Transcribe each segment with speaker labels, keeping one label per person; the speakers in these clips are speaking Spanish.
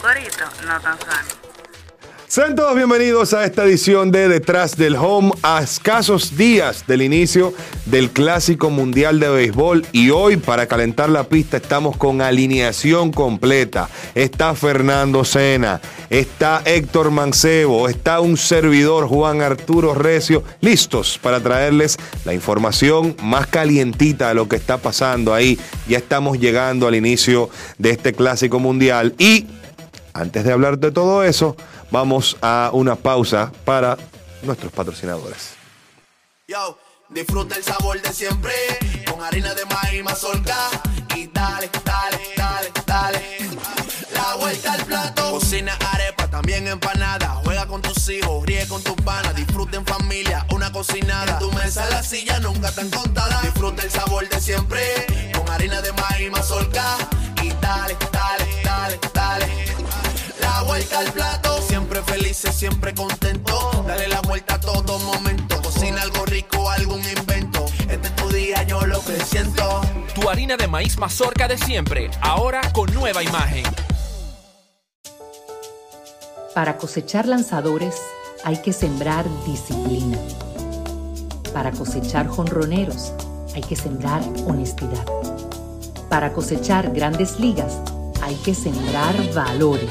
Speaker 1: corito, no tan sano.
Speaker 2: Sean todos bienvenidos a esta edición de Detrás del Home, a escasos días del inicio del Clásico Mundial de Béisbol y hoy para calentar la pista estamos con alineación completa. Está Fernando Sena, está Héctor Mancebo, está un servidor Juan Arturo Recio, listos para traerles la información más calientita de lo que está pasando ahí. Ya estamos llegando al inicio de este Clásico Mundial y antes de hablar de todo eso, vamos a una pausa para nuestros patrocinadores.
Speaker 3: Yo, disfruta el sabor de siempre con harina de maíz mazorca y dale, dale, dale, dale. La vuelta al plato. Cocina arepa, también empanada. Juega con tus hijos, ríe con tus panas. Disfruta en familia, una cocinada. En tu mesa la silla nunca tan contada. Disfruta el sabor de siempre con harina de maíz mazorca y dale, dale, dale, dale. La vuelta al plato. Siempre felices, siempre contento. Dale la vuelta a todo momento. Cocina algo rico, algún invento. Este es tu día, yo lo que siento.
Speaker 4: Tu harina de maíz mazorca de siempre, ahora con nueva imagen.
Speaker 5: Para cosechar lanzadores hay que sembrar disciplina. Para cosechar jonroneros hay que sembrar honestidad. Para cosechar grandes ligas hay que sembrar valores.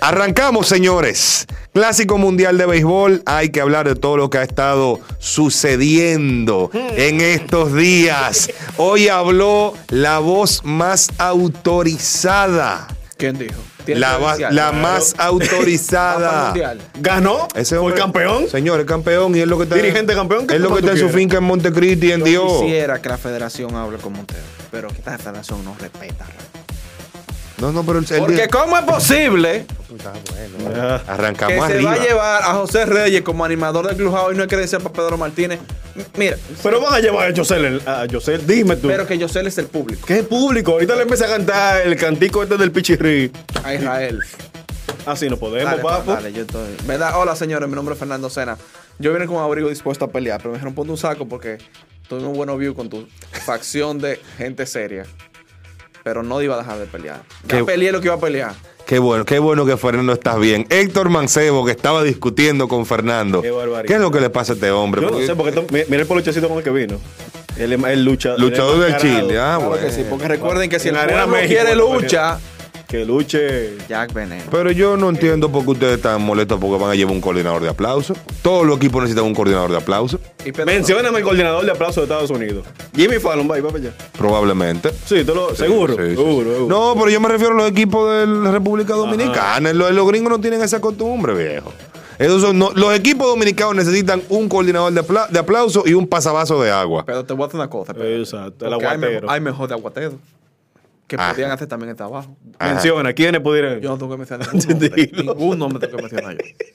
Speaker 2: Arrancamos, señores. Clásico Mundial de Béisbol. Hay que hablar de todo lo que ha estado sucediendo
Speaker 6: Hmm.
Speaker 2: en estos días. Hoy habló la voz más autorizada.
Speaker 6: ¿Quién dijo? Tiene
Speaker 2: La, va-
Speaker 6: credencial.
Speaker 2: la
Speaker 6: Claro.
Speaker 2: más
Speaker 6: Mapa
Speaker 2: autorizada.
Speaker 6: mundial.
Speaker 7: Ganó,
Speaker 2: Ese
Speaker 7: fue
Speaker 2: hombre-
Speaker 7: campeón.
Speaker 2: Señor, es campeón y es lo que está.
Speaker 7: Dirigente campeón, ¿qué
Speaker 2: Es lo
Speaker 7: más
Speaker 2: que
Speaker 7: tú
Speaker 2: está en su
Speaker 7: quieres?
Speaker 2: finca en Montecristi y en
Speaker 6: Yo
Speaker 2: Dios.
Speaker 6: quisiera que la federación hable con Montero, pero que esta federación no respeta. Rafa.
Speaker 2: No, no, pero el. el-
Speaker 6: Porque ¿cómo es posible
Speaker 7: Ah.
Speaker 6: que
Speaker 2: Arrancamos
Speaker 6: se
Speaker 2: arriba.
Speaker 6: va a llevar a José Reyes como animador del Club House y no hay credencial para Pedro Martínez? M- Mira,
Speaker 7: Pero van a llevar a Josel, a Yosel, dime tú.
Speaker 6: pero que José es el público.
Speaker 7: ¿Qué público? Ahorita le empieza a cantar el cantico este del pichirri.
Speaker 6: A Israel.
Speaker 7: Así no podemos,
Speaker 6: Dale,
Speaker 7: papo.
Speaker 6: dale, yo estoy. ¿Verdad? Hola, señores. Mi nombre es Fernando Sena. Yo vine con un abrigo dispuesto a pelear, pero me dijeron ponte un saco porque tuve un buen view con tu facción de gente seria. Pero no iba a dejar de pelear. Ya
Speaker 2: Qué-
Speaker 6: peleé lo que iba a pelear.
Speaker 2: Qué bueno, qué bueno que Fernando estás bien. Héctor Mancebo, que estaba discutiendo con Fernando.
Speaker 7: Qué barbaridad.
Speaker 2: ¿Qué es lo que le pasa a este hombre?
Speaker 7: Yo no
Speaker 2: Porque-
Speaker 7: sé, porque esto- mi- mira el polochecito con el que vino. El, el lucha-
Speaker 2: Luchador
Speaker 7: el
Speaker 2: del
Speaker 7: enmascarado.
Speaker 2: Chile. Ah,
Speaker 6: Claro
Speaker 2: bueno.
Speaker 6: que sí, porque recuerden que si
Speaker 7: En
Speaker 6: el
Speaker 7: la Arena
Speaker 6: pueblo
Speaker 7: México,
Speaker 6: quiere
Speaker 7: por
Speaker 6: lucha,
Speaker 7: Que luche.
Speaker 6: Jack Veneno.
Speaker 2: Pero yo no entiendo por qué ustedes están molestos porque van a llevar un coordinador de aplauso. Todos los equipos necesitan un coordinador de aplauso,
Speaker 6: Y Pedro-
Speaker 7: Mencióname el coordinador de aplausos de Estados Unidos. Jimmy Fallon, va, y va para allá.
Speaker 2: probablemente.
Speaker 7: Sí, tú lo, seguro.
Speaker 2: Sí, sí, sí.
Speaker 7: seguro, seguro.
Speaker 2: No, pero yo me refiero a los equipos de la República Dominicana. Los, los gringos no tienen esa costumbre, viejo. Esos son- no- los equipos dominicanos necesitan un coordinador de, apla- de aplauso y un pasabazo de agua.
Speaker 6: Pero te voy a hacer una cosa. Pedro.
Speaker 7: Exacto, el
Speaker 6: Porque hay,
Speaker 7: aguatero.
Speaker 6: me- hay mejor de aguatero. Que
Speaker 2: Ah.
Speaker 6: podían hacer también el trabajo.
Speaker 2: Ajá.
Speaker 7: Menciona, ¿quiénes pudieran?
Speaker 6: Yo no tengo que mencionar ningún nombre.
Speaker 7: Dilo.
Speaker 6: ningún nombre tengo que mencionar yo.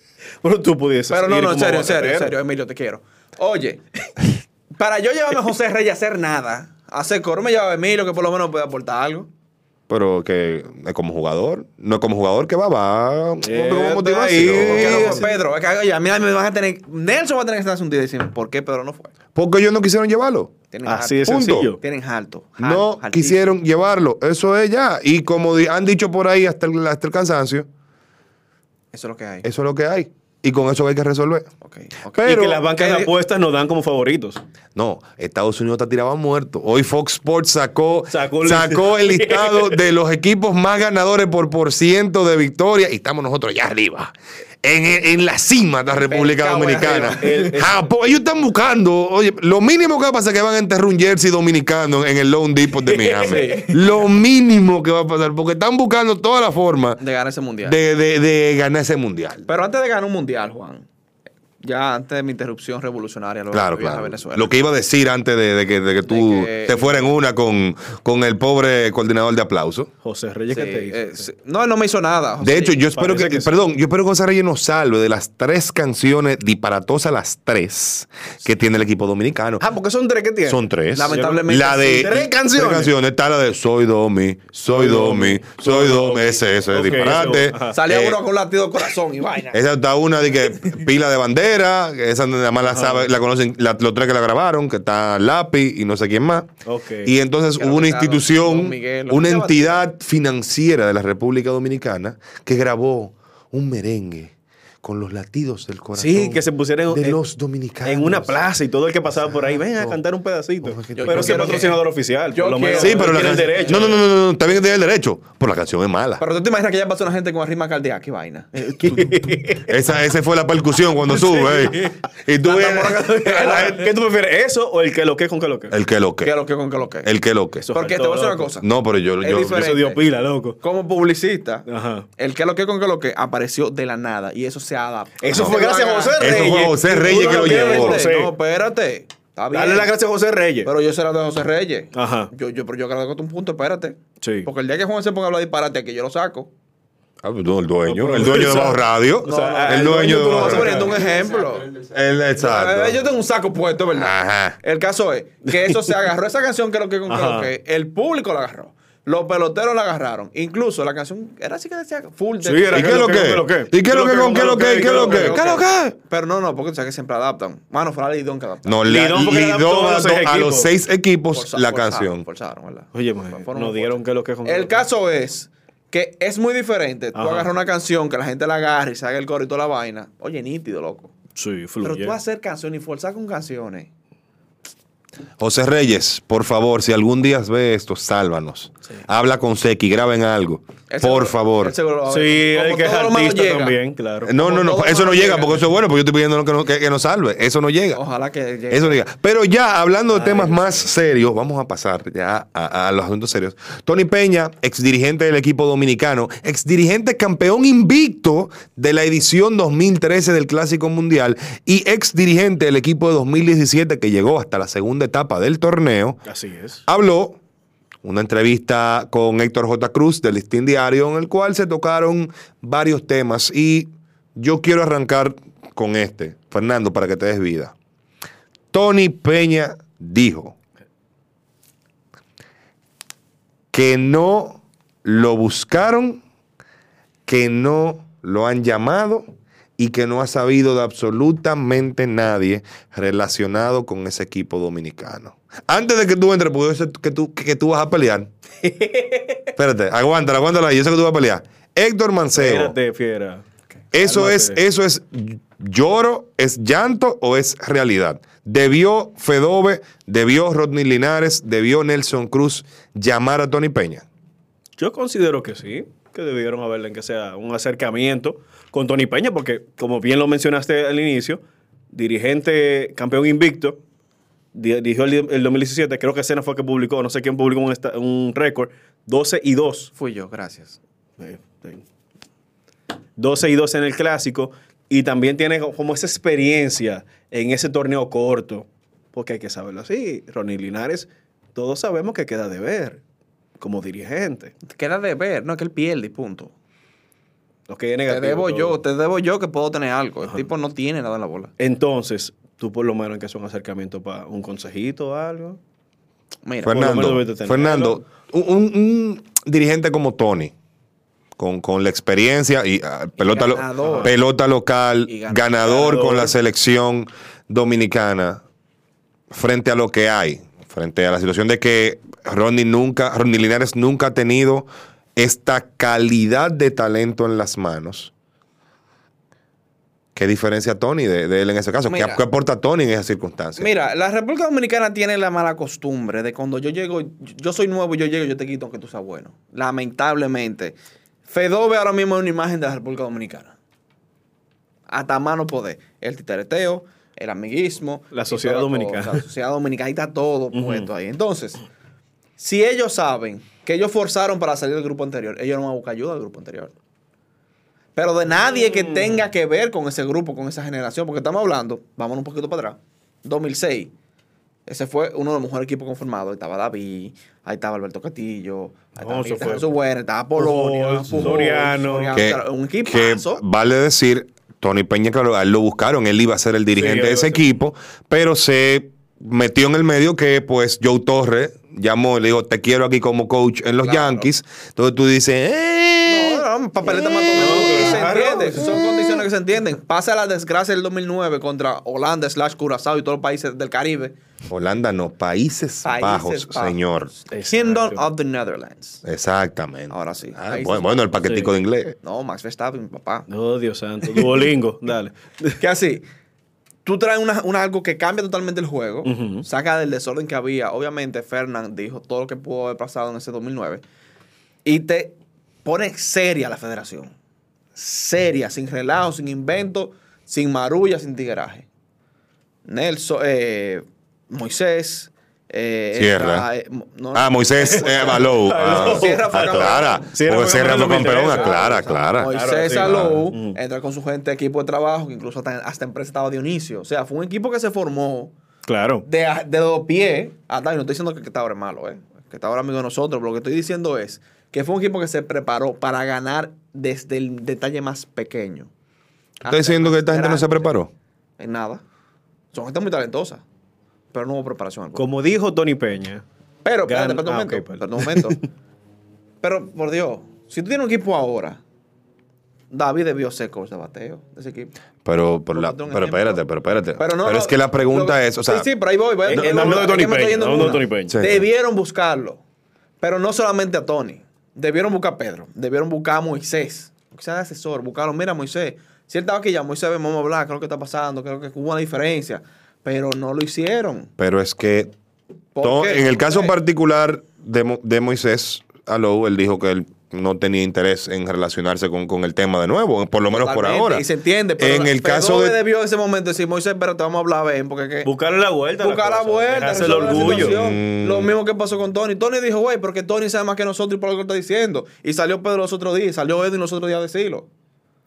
Speaker 7: Pero tú pudieses.
Speaker 6: Pero no,
Speaker 7: ir
Speaker 6: no, en
Speaker 7: como
Speaker 6: serio, en serio, en
Speaker 7: aguatero.
Speaker 6: serio, Emilio, te quiero. Oye, para yo llevarme a José Reyes a hacer nada, a hacer coro, me llevaba a Emilio que por lo menos puede aportar algo.
Speaker 2: Pero que es como jugador, no es como jugador que va, va.
Speaker 7: Eh,
Speaker 2: como motivación.
Speaker 7: ahí,
Speaker 6: Porque no
Speaker 7: sí.
Speaker 6: fue Pedro, es que oye, a mí me van a tener, Nelson va a tener que estarse un día diciendo, ¿por qué Pedro no fue?
Speaker 2: Porque ellos no quisieron llevarlo.
Speaker 6: Tienen
Speaker 7: Así de
Speaker 6: harto.
Speaker 2: Punto.
Speaker 7: sencillo.
Speaker 6: Tienen alto.
Speaker 2: no quisieron llevarlo. Eso es ya. Y como di- han dicho por ahí hasta el, hasta el cansancio,
Speaker 6: Eso es lo que hay.
Speaker 2: eso es lo que hay. Y con eso hay que resolver.
Speaker 6: Ok, ok.
Speaker 2: Pero- eh,
Speaker 7: y que las bancas
Speaker 6: ¿qué-
Speaker 7: de apuestas nos dan como favoritos.
Speaker 2: No, Estados Unidos está tirado a muerto. Hoy Fox Sports sacó,
Speaker 7: Sacó el-
Speaker 2: sacó el listado de los equipos más ganadores por por ciento de victoria y estamos nosotros ya arriba. En, en la cima de la República
Speaker 6: Pescado
Speaker 2: Dominicana.
Speaker 6: arriba.
Speaker 7: El- el-
Speaker 2: Japón, ellos están buscando, oye, lo mínimo que va a pasar es que van a enterrar un jersey dominicano en el Lone Depot de Miami. Lo mínimo que va a pasar, porque están buscando toda la forma
Speaker 6: De ganar ese mundial.
Speaker 2: de, de- de ganar ese mundial.
Speaker 6: Pero antes de ganar un mundial, Juan, ya antes de mi interrupción revolucionaria, lo
Speaker 2: Claro,
Speaker 6: que viaja a
Speaker 2: claro.
Speaker 6: Venezuela.
Speaker 2: Lo que iba a decir antes de, de que, de que tú
Speaker 6: que-
Speaker 2: te fueras en una con, con el pobre coordinador de aplauso.
Speaker 7: José Reyes,
Speaker 6: Sí,
Speaker 7: ¿qué te hizo?
Speaker 6: eh, sí. No, él no me hizo nada.
Speaker 2: De
Speaker 6: José.
Speaker 2: hecho, yo espero que,
Speaker 7: parece que sí.
Speaker 2: perdón, yo espero que José Reyes nos salve de las tres canciones disparatosas, las tres que tiene el equipo dominicano.
Speaker 6: Ah, porque son tres que tiene.
Speaker 2: Son tres.
Speaker 6: Lamentablemente.
Speaker 2: La de
Speaker 6: sí.
Speaker 7: Tres canciones.
Speaker 2: Está la de Soy Domi, Soy Domi, Soy Domi. Ese, ese
Speaker 7: Ok,
Speaker 2: disparate.
Speaker 7: eso, ajá.
Speaker 6: Salía
Speaker 2: Eh,
Speaker 6: uno con latido de corazón y vaina.
Speaker 2: Esa está una de que pila de bandera, que esa nada más la, sabe- la conocen la- los tres que la grabaron, que está Lápiz y no sé quién más.
Speaker 7: Ok.
Speaker 2: Y entonces
Speaker 6: Claro,
Speaker 2: hubo una
Speaker 6: Ricardo,
Speaker 2: institución,
Speaker 6: Don Miguel,
Speaker 2: una
Speaker 6: Don
Speaker 2: entidad financiera de la República Dominicana que grabó un merengue con los latidos del corazón.
Speaker 7: Sí, que se pusieran
Speaker 2: de
Speaker 7: en-
Speaker 2: los dominicanos.
Speaker 7: En una plaza y todo el que pasaba por ahí, ven a
Speaker 2: Exacto.
Speaker 7: cantar un pedacito.
Speaker 2: Ojo, es que- Yo
Speaker 7: Pero si es
Speaker 6: quiero-
Speaker 7: patrocinador oficial,
Speaker 6: Yo
Speaker 7: por lo
Speaker 6: quiero-
Speaker 7: menos.
Speaker 2: Sí, pero la
Speaker 7: tienen
Speaker 2: canción-
Speaker 7: derecho.
Speaker 2: No, no, no, no, no, también tiene el derecho. Por la canción es mala.
Speaker 6: Pero tú te imaginas que ya pasó una gente con arritmia cardíaca, qué vaina.
Speaker 2: Eh, Esa, esa fue la percusión cuando sube. ey. Y tú ves-
Speaker 7: ¿Qué tú prefieres, eso o el que lo que con que lo que?
Speaker 2: El que lo
Speaker 6: ¿Qué
Speaker 2: que.
Speaker 6: es lo que con que lo que?
Speaker 2: El que lo que.
Speaker 7: Eso
Speaker 6: Porque te
Speaker 7: faltó,
Speaker 6: voy a decir una
Speaker 7: loco.
Speaker 6: cosa.
Speaker 2: No, pero yo,
Speaker 6: Es
Speaker 2: yo,
Speaker 6: diferente.
Speaker 7: Eso dio pila, loco.
Speaker 6: Como publicista,
Speaker 7: Ajá.
Speaker 6: el que lo que con que lo que apareció de la nada y eso se adapta.
Speaker 7: Eso fue gracias a José
Speaker 2: Eso
Speaker 7: Reyes.
Speaker 2: fue José Reyes
Speaker 7: Tú
Speaker 2: que lo
Speaker 7: no
Speaker 2: llevó.
Speaker 7: quieres reconocer.
Speaker 6: No, espérate. Está bien.
Speaker 7: Dale las gracias a José Reyes.
Speaker 6: Pero yo será de José Reyes.
Speaker 7: Ajá.
Speaker 6: Yo, yo, pero yo agradezco tu punto, espérate.
Speaker 7: Sí.
Speaker 6: Porque el día que Juan se ponga a hablar disparate aquí, yo lo saco.
Speaker 2: Ah, pues no, el dueño.
Speaker 7: No,
Speaker 2: El dueño de
Speaker 7: pero-
Speaker 2: Bajo Radio.
Speaker 7: O sea,
Speaker 2: el
Speaker 7: el
Speaker 2: dueño
Speaker 7: dueño
Speaker 2: de
Speaker 7: tú lo
Speaker 2: Bajo
Speaker 7: vas
Speaker 6: Estoy poniendo
Speaker 2: Radio.
Speaker 6: un ejemplo.
Speaker 2: El
Speaker 6: Eh, yo
Speaker 2: exacto.
Speaker 6: tengo un saco puesto, ¿verdad?
Speaker 2: Ajá.
Speaker 6: El caso es que eso se agarró, esa canción que lo que con que lo
Speaker 7: Ajá.
Speaker 6: que, el público la agarró. Los peloteros la agarraron. Incluso la canción era así que decía full de.
Speaker 7: Sí, era
Speaker 2: ¿Y qué es lo
Speaker 7: ¿Qué es lo
Speaker 2: que?
Speaker 7: que?
Speaker 2: ¿Y qué es lo que? ¿Con qué es lo que? ¿Y ¿Qué es lo
Speaker 6: Ok,
Speaker 2: que?
Speaker 6: ok.
Speaker 2: ¿Qué es lo que?
Speaker 6: Pero no, no, porque tú sabes que siempre adaptan. Mano, fuera y Don que adaptan.
Speaker 2: No, le
Speaker 7: Lidón porque le
Speaker 2: lidó
Speaker 7: adaptó a
Speaker 2: a,
Speaker 7: los seis
Speaker 2: a los seis
Speaker 7: equipos.
Speaker 2: equipos
Speaker 6: Forza-
Speaker 2: la
Speaker 6: forzaron,
Speaker 2: canción.
Speaker 6: Forzaron, ¿verdad?
Speaker 7: Oye, man,
Speaker 6: Fueron
Speaker 7: nos
Speaker 6: un
Speaker 7: dieron
Speaker 6: forza.
Speaker 7: que lo que con
Speaker 6: El caso es que es muy diferente. Tú
Speaker 7: Ajá.
Speaker 6: agarras una canción que la gente la agarra y saca el coro y toda la vaina. Oye, nítido, loco.
Speaker 7: Sí,
Speaker 6: Pero
Speaker 7: fluye.
Speaker 6: tú hacer canciones y forzar con canciones.
Speaker 2: José Reyes, por favor, si algún día ves esto, sálvanos. Habla con Seki, graben algo.
Speaker 6: Él seguro-
Speaker 2: Por favor.
Speaker 6: él seguro lo va a
Speaker 7: Sí,
Speaker 6: ver.
Speaker 7: el
Speaker 6: Como
Speaker 7: que es
Speaker 6: todo lo malo
Speaker 7: artista
Speaker 6: llega.
Speaker 7: también, claro.
Speaker 2: Eh, No, no, no,
Speaker 6: todo
Speaker 2: eso no
Speaker 6: no
Speaker 2: llega,
Speaker 6: llega.
Speaker 2: porque eso es bueno, porque yo estoy pidiendo que, no- que- que nos salve. Eso no llega.
Speaker 6: Ojalá que llegue.
Speaker 2: Eso no llega. Pero ya, hablando de temas más serios, vamos a pasar ya a, a los asuntos serios. Tony Peña, ex dirigente del equipo dominicano, ex dirigente campeón invicto de la edición 2013 del Clásico Mundial y ex dirigente del equipo de 2017 que llegó hasta la segunda etapa del torneo,
Speaker 7: Así es.
Speaker 2: habló una entrevista con Héctor J. Cruz del Listín Diario en el cual se tocaron varios temas y yo quiero arrancar con este, Fernando, para que te des vida. Tony Peña dijo que no lo buscaron, que no lo han llamado y que no ha sabido de absolutamente nadie relacionado con ese equipo dominicano. Antes de que tú entres, porque yo sé que tú, que tú vas a pelear. Espérate, aguántala, aguántala. Yo sé que tú vas a pelear. Héctor Mancebo.
Speaker 7: Espérate, fiera.
Speaker 2: Eso
Speaker 7: Cálmate.
Speaker 2: es, eso es lloro, es llanto o es realidad. Debió Fedove, debió Rodney Linares, debió Nelson Cruz llamar a Tony Peña.
Speaker 7: Yo considero que sí, que debieron haberle en que sea un acercamiento con Tony Peña, porque como bien lo mencionaste al inicio, dirigente campeón invicto, di- dirigió el, el 2017, creo que Cena fue el que publicó, no sé quién publicó un, esta- un récord, 12 y 2.
Speaker 6: Fui yo, gracias.
Speaker 7: Eh, eh, 12 y 2 en el clásico, y también tiene co- como esa experiencia en ese torneo corto, porque hay que saberlo así, Ronnie Linares, todos sabemos que queda de ver como dirigente.
Speaker 6: Queda de ver, no, que él pierde y punto.
Speaker 7: Lo que es negativo,
Speaker 6: Te debo
Speaker 7: todo.
Speaker 6: yo, te debo yo que puedo tener algo. El tipo no tiene nada en la bola.
Speaker 7: Entonces, tú por lo menos que es un acercamiento para un consejito o algo.
Speaker 6: Mira,
Speaker 7: lo menos
Speaker 2: Fernando,
Speaker 7: debiste tener.
Speaker 2: Fernando, un, un- un dirigente como Tony, con, con la experiencia y ah, pelota, lo-
Speaker 6: ganador.
Speaker 2: pelota local,
Speaker 6: Y
Speaker 2: ganador,
Speaker 6: ganador.
Speaker 2: con la selección dominicana, frente a lo que hay, frente a la situación de que Ronnie nunca, Ronnie Linares nunca ha tenido esta calidad de talento en las manos. ¿Qué diferencia Tony de, de él en ese caso? ¿Qué,
Speaker 6: Mira.
Speaker 2: qué aporta Tony en esa circunstancia?
Speaker 6: Mira, la República Dominicana tiene la mala costumbre de cuando yo llego, yo soy nuevo, yo llego, yo te quito aunque tú seas bueno. Lamentablemente. Fedove ahora mismo es una imagen de la República Dominicana. Hasta mano poder. El titereteo, el amiguismo.
Speaker 7: La
Speaker 6: y
Speaker 7: sociedad
Speaker 6: toda la
Speaker 7: dominicana.
Speaker 6: cosa. La sociedad dominicana, ahí está todo puesto ahí. Entonces, si ellos saben que ellos forzaron para salir del grupo anterior, ellos no van a buscar ayuda del grupo anterior. Pero de nadie
Speaker 7: Mm.
Speaker 6: que tenga que ver con ese grupo, con esa generación, porque estamos hablando, vámonos un poquito para atrás, 2006. Ese fue uno de los mejores equipos conformados. Ahí estaba David, ahí estaba Alberto Castillo, ahí estaba
Speaker 7: No, eso
Speaker 6: Jesús
Speaker 7: fue-
Speaker 6: Buena, estaba Polonia,
Speaker 7: Pujol, Soriano.
Speaker 2: Que,
Speaker 6: o sea, Ah, un
Speaker 2: que
Speaker 6: equipazo.
Speaker 2: vale decir, Tony Peña, claro, a él lo buscaron, él iba a ser el dirigente
Speaker 7: él
Speaker 2: de
Speaker 7: iba
Speaker 2: ese
Speaker 7: a ser.
Speaker 2: equipo, pero se metió en el medio que pues Joe Torres llamó, y le dijo, te quiero aquí como coach en los
Speaker 6: Claro.
Speaker 2: Yankees. Entonces tú dices, "Eh".
Speaker 6: No, no, papeleta más o
Speaker 7: Eh,
Speaker 6: menos. Se entiende. Son condiciones que se entienden. Pasa la desgracia del 2009 contra Holanda, slash Curazao y todos los países del Caribe.
Speaker 2: Holanda no, Países,
Speaker 6: Países
Speaker 2: Bajos,
Speaker 6: Bajos.
Speaker 2: señor.
Speaker 6: Kingdom of the Netherlands.
Speaker 2: Exactamente.
Speaker 6: Ahora sí.
Speaker 2: Ah,
Speaker 6: Países
Speaker 2: bueno, bueno, el paquetico
Speaker 7: Sí.
Speaker 2: de inglés.
Speaker 6: No, Max Verstappen, papá.
Speaker 7: No, Oh, Dios santo. Duolingo, dale.
Speaker 6: Que así, tú traes una, una- algo que cambia totalmente el juego,
Speaker 7: Ujú.
Speaker 6: saca del desorden que había. Obviamente, Fernand dijo todo lo que pudo haber pasado en ese 2009 y te pone seria la federación. Seria, sin relajo, sin invento, sin marulla, sin tigueraje. Nelson, eh, Moisés. eh,
Speaker 2: Sierra.
Speaker 6: está, eh, Mo- no,
Speaker 2: Ah, Moisés eh, Balou. Ah,
Speaker 6: Sierra fue campeón.
Speaker 2: aclara.
Speaker 7: Sierra
Speaker 2: Porque
Speaker 7: fue
Speaker 2: Sierra fue
Speaker 7: campeón en
Speaker 2: campeón,
Speaker 7: 2013.
Speaker 2: aclara, aclara.
Speaker 6: Moisés
Speaker 7: Claro, sí,
Speaker 6: Alou
Speaker 7: claro.
Speaker 2: Mm.
Speaker 7: Ujú.
Speaker 6: entra con su gente, equipo de trabajo, que incluso hasta, hasta empresa estaba Dionisio. O sea, fue un equipo que se formó
Speaker 7: Claro.
Speaker 6: de, a- de dos pies. Hasta, y no estoy diciendo que, que está ahora es malo, ¿eh? que está ahora amigo de nosotros. Pero lo que estoy diciendo es que fue un equipo que se preparó para ganar desde el detalle más pequeño.
Speaker 2: ¿Estás diciendo que esta gente no se preparó?
Speaker 6: En nada. Son gente muy talentosa, pero no hubo preparación alguna.
Speaker 7: Como dijo Tony Peña,
Speaker 6: Pero, espérate,
Speaker 7: Gan-
Speaker 6: espérate un
Speaker 7: ah,
Speaker 6: momento.
Speaker 7: ok, perdón.
Speaker 6: espérate un momento. Pero, por Dios, si tú tienes un equipo ahora, David debió ser coach de bateo de ese equipo.
Speaker 2: Pero, por la-
Speaker 6: Ponte un
Speaker 2: pero
Speaker 6: ejemplo.
Speaker 2: espérate, pero espérate.
Speaker 6: Pero no. no,
Speaker 2: es que la pregunta
Speaker 6: lo-
Speaker 2: es, o sea,
Speaker 6: Sí, sí, pero ahí voy. voy
Speaker 7: Eh,
Speaker 6: voy-
Speaker 7: eh,
Speaker 6: voy-
Speaker 7: hablando de
Speaker 6: es que
Speaker 7: Tony
Speaker 6: me estoy
Speaker 7: Peña,
Speaker 6: yendo en
Speaker 7: hablando de
Speaker 6: una.
Speaker 7: Tony Peña.
Speaker 2: Sí.
Speaker 6: Debieron buscarlo. Pero no solamente a Tony. Debieron buscar a Pedro. Debieron buscar a Moisés. Quizás de asesor. Buscaron, mira, Moisés. Si él estaba aquí ya, Moisés, vamos a hablar. ¿Qué es lo que está pasando? Creo que hubo una diferencia. Pero no lo hicieron.
Speaker 2: pero es que
Speaker 6: ¿Por
Speaker 2: todo-
Speaker 6: qué? Eh.
Speaker 2: en el caso
Speaker 6: ¿Por qué?
Speaker 2: particular de, Mo- de Moisés Alou, él dijo que él no tenía interés en relacionarse con, con el tema de nuevo, por lo menos por
Speaker 6: Totalmente,
Speaker 2: ahora.
Speaker 6: Y se entiende. Pero
Speaker 2: en
Speaker 6: la-
Speaker 2: el
Speaker 6: pero
Speaker 2: caso
Speaker 6: Adobe
Speaker 2: de...
Speaker 6: debió en ese momento decir, Moisés, pero te vamos a hablar, ven, porque que...
Speaker 7: buscarle la vuelta. a
Speaker 6: Buscar la
Speaker 7: cosa,
Speaker 6: vuelta,
Speaker 7: dejarse el
Speaker 6: resolver la
Speaker 7: orgullo.
Speaker 6: situación.
Speaker 2: Mm.
Speaker 6: Lo mismo que pasó con Tony. Tony dijo, güey, porque Tony sabe más que nosotros y por lo que está diciendo. Y salió Pedro los otros días, y salió Edwin los otros días a decirlo.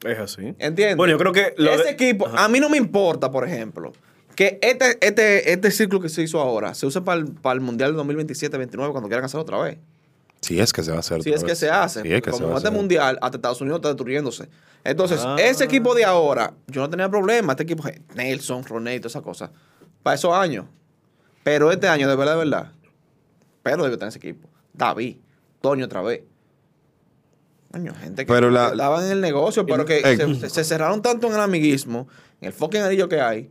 Speaker 7: Es así.
Speaker 6: ¿Entiendes?
Speaker 7: Bueno, yo creo que. lo
Speaker 6: Ese
Speaker 7: de-
Speaker 6: equipo,
Speaker 7: Ajá.
Speaker 6: a mí no me importa, por ejemplo, que este, este, este círculo que se hizo ahora se use para el, para el Mundial de 2027-29 cuando quieran hacerlo otra vez.
Speaker 2: Si es que se va a hacer.
Speaker 6: Si
Speaker 2: otra
Speaker 6: es que
Speaker 2: vez.
Speaker 6: se hace.
Speaker 2: Si es que
Speaker 6: porque
Speaker 2: se
Speaker 6: como
Speaker 2: va a
Speaker 6: este
Speaker 2: hacer.
Speaker 6: mundial, hasta Estados Unidos está destruyéndose. Entonces,
Speaker 7: Ah.
Speaker 6: ese equipo de ahora, yo no tenía problema. Este equipo, Nelson, Roné y todas esas cosas. Para esos años. Pero este año, de verdad, de verdad. Pero debe tener ese equipo. David, Toño otra vez. Coño, gente que
Speaker 2: Pero la-
Speaker 6: estaban en el negocio, pero que
Speaker 2: Eh.
Speaker 6: se, se cerraron tanto en el amiguismo, en el fucking anillo que hay,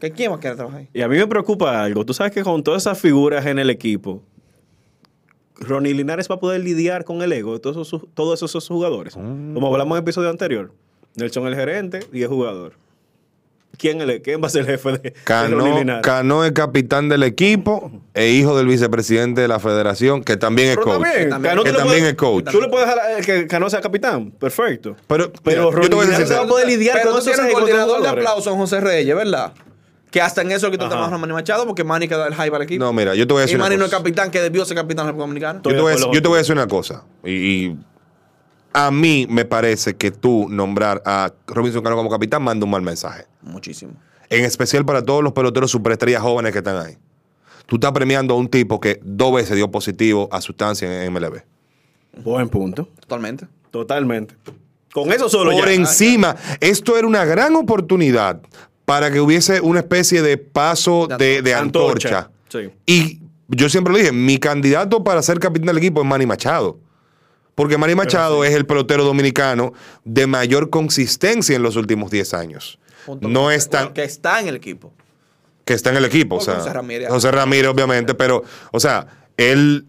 Speaker 6: que quién más quiere trabajar ahí.
Speaker 7: Y a mí me preocupa algo. Tú sabes que con todas esas figuras en el equipo, Ronnie Linares va a poder lidiar con el ego de todos esos, todos esos jugadores.
Speaker 2: Mm.
Speaker 7: Como hablamos en el episodio anterior. Nelson el gerente y el jugador. ¿Quién, el- quién va a ser el jefe de, de Ronnie
Speaker 2: Cano,
Speaker 7: Linares?
Speaker 2: Cano es capitán del equipo e hijo del vicepresidente de la federación, que también es
Speaker 7: Pero
Speaker 2: coach.
Speaker 7: también,
Speaker 6: también-
Speaker 7: Cano, tú
Speaker 2: que
Speaker 7: le
Speaker 2: también
Speaker 7: puedes-
Speaker 2: es coach.
Speaker 7: Tú le puedes dejar a- que Cano sea capitán. Perfecto.
Speaker 2: Pero,
Speaker 7: Pero
Speaker 2: mira, yo te voy a decir-
Speaker 7: Ronnie Linares va a poder lidiar
Speaker 6: Pero
Speaker 7: con
Speaker 6: no
Speaker 7: esos
Speaker 6: tiene el
Speaker 7: egos de
Speaker 6: coordinador de
Speaker 7: jugadores.
Speaker 6: aplauso en José Reyes, ¿verdad? Que hasta en eso que
Speaker 7: Ajá.
Speaker 6: tratamos a Manny Machado porque Manny queda el hype al equipo.
Speaker 2: No, mira, yo te voy a decir
Speaker 6: Y
Speaker 2: una
Speaker 6: Manny no es
Speaker 2: cosa.
Speaker 6: capitán, que debió ser capitán de la República Dominicana.
Speaker 7: Estoy
Speaker 2: yo, te voy a
Speaker 7: de acuerdo
Speaker 2: decir, yo te voy a decir una cosa. Y, y a mí me parece que tú nombrar a Robinson Cano como capitán manda un mal mensaje.
Speaker 6: Muchísimo.
Speaker 2: En especial para todos los peloteros superestrellas jóvenes que están ahí. Tú estás premiando a un tipo que dos veces dio positivo a sustancia en MLB.
Speaker 7: Buen punto.
Speaker 6: Totalmente.
Speaker 7: Totalmente. Con eso solo
Speaker 2: Por
Speaker 7: ya.
Speaker 2: encima, esto era una gran oportunidad para que hubiese una especie de paso de, de antorcha.
Speaker 7: Antorcha, sí.
Speaker 2: Y yo siempre lo dije, mi candidato para ser capitán del equipo es Manny Machado. Porque Manny Machado es el pelotero dominicano de mayor consistencia en los últimos 10 años.
Speaker 6: Punto.
Speaker 2: no es tan
Speaker 6: Que está en el equipo.
Speaker 2: que está en el equipo. O
Speaker 6: Por
Speaker 2: sea,
Speaker 6: José Ramírez.
Speaker 2: José Ramírez, obviamente, pero, o sea, él,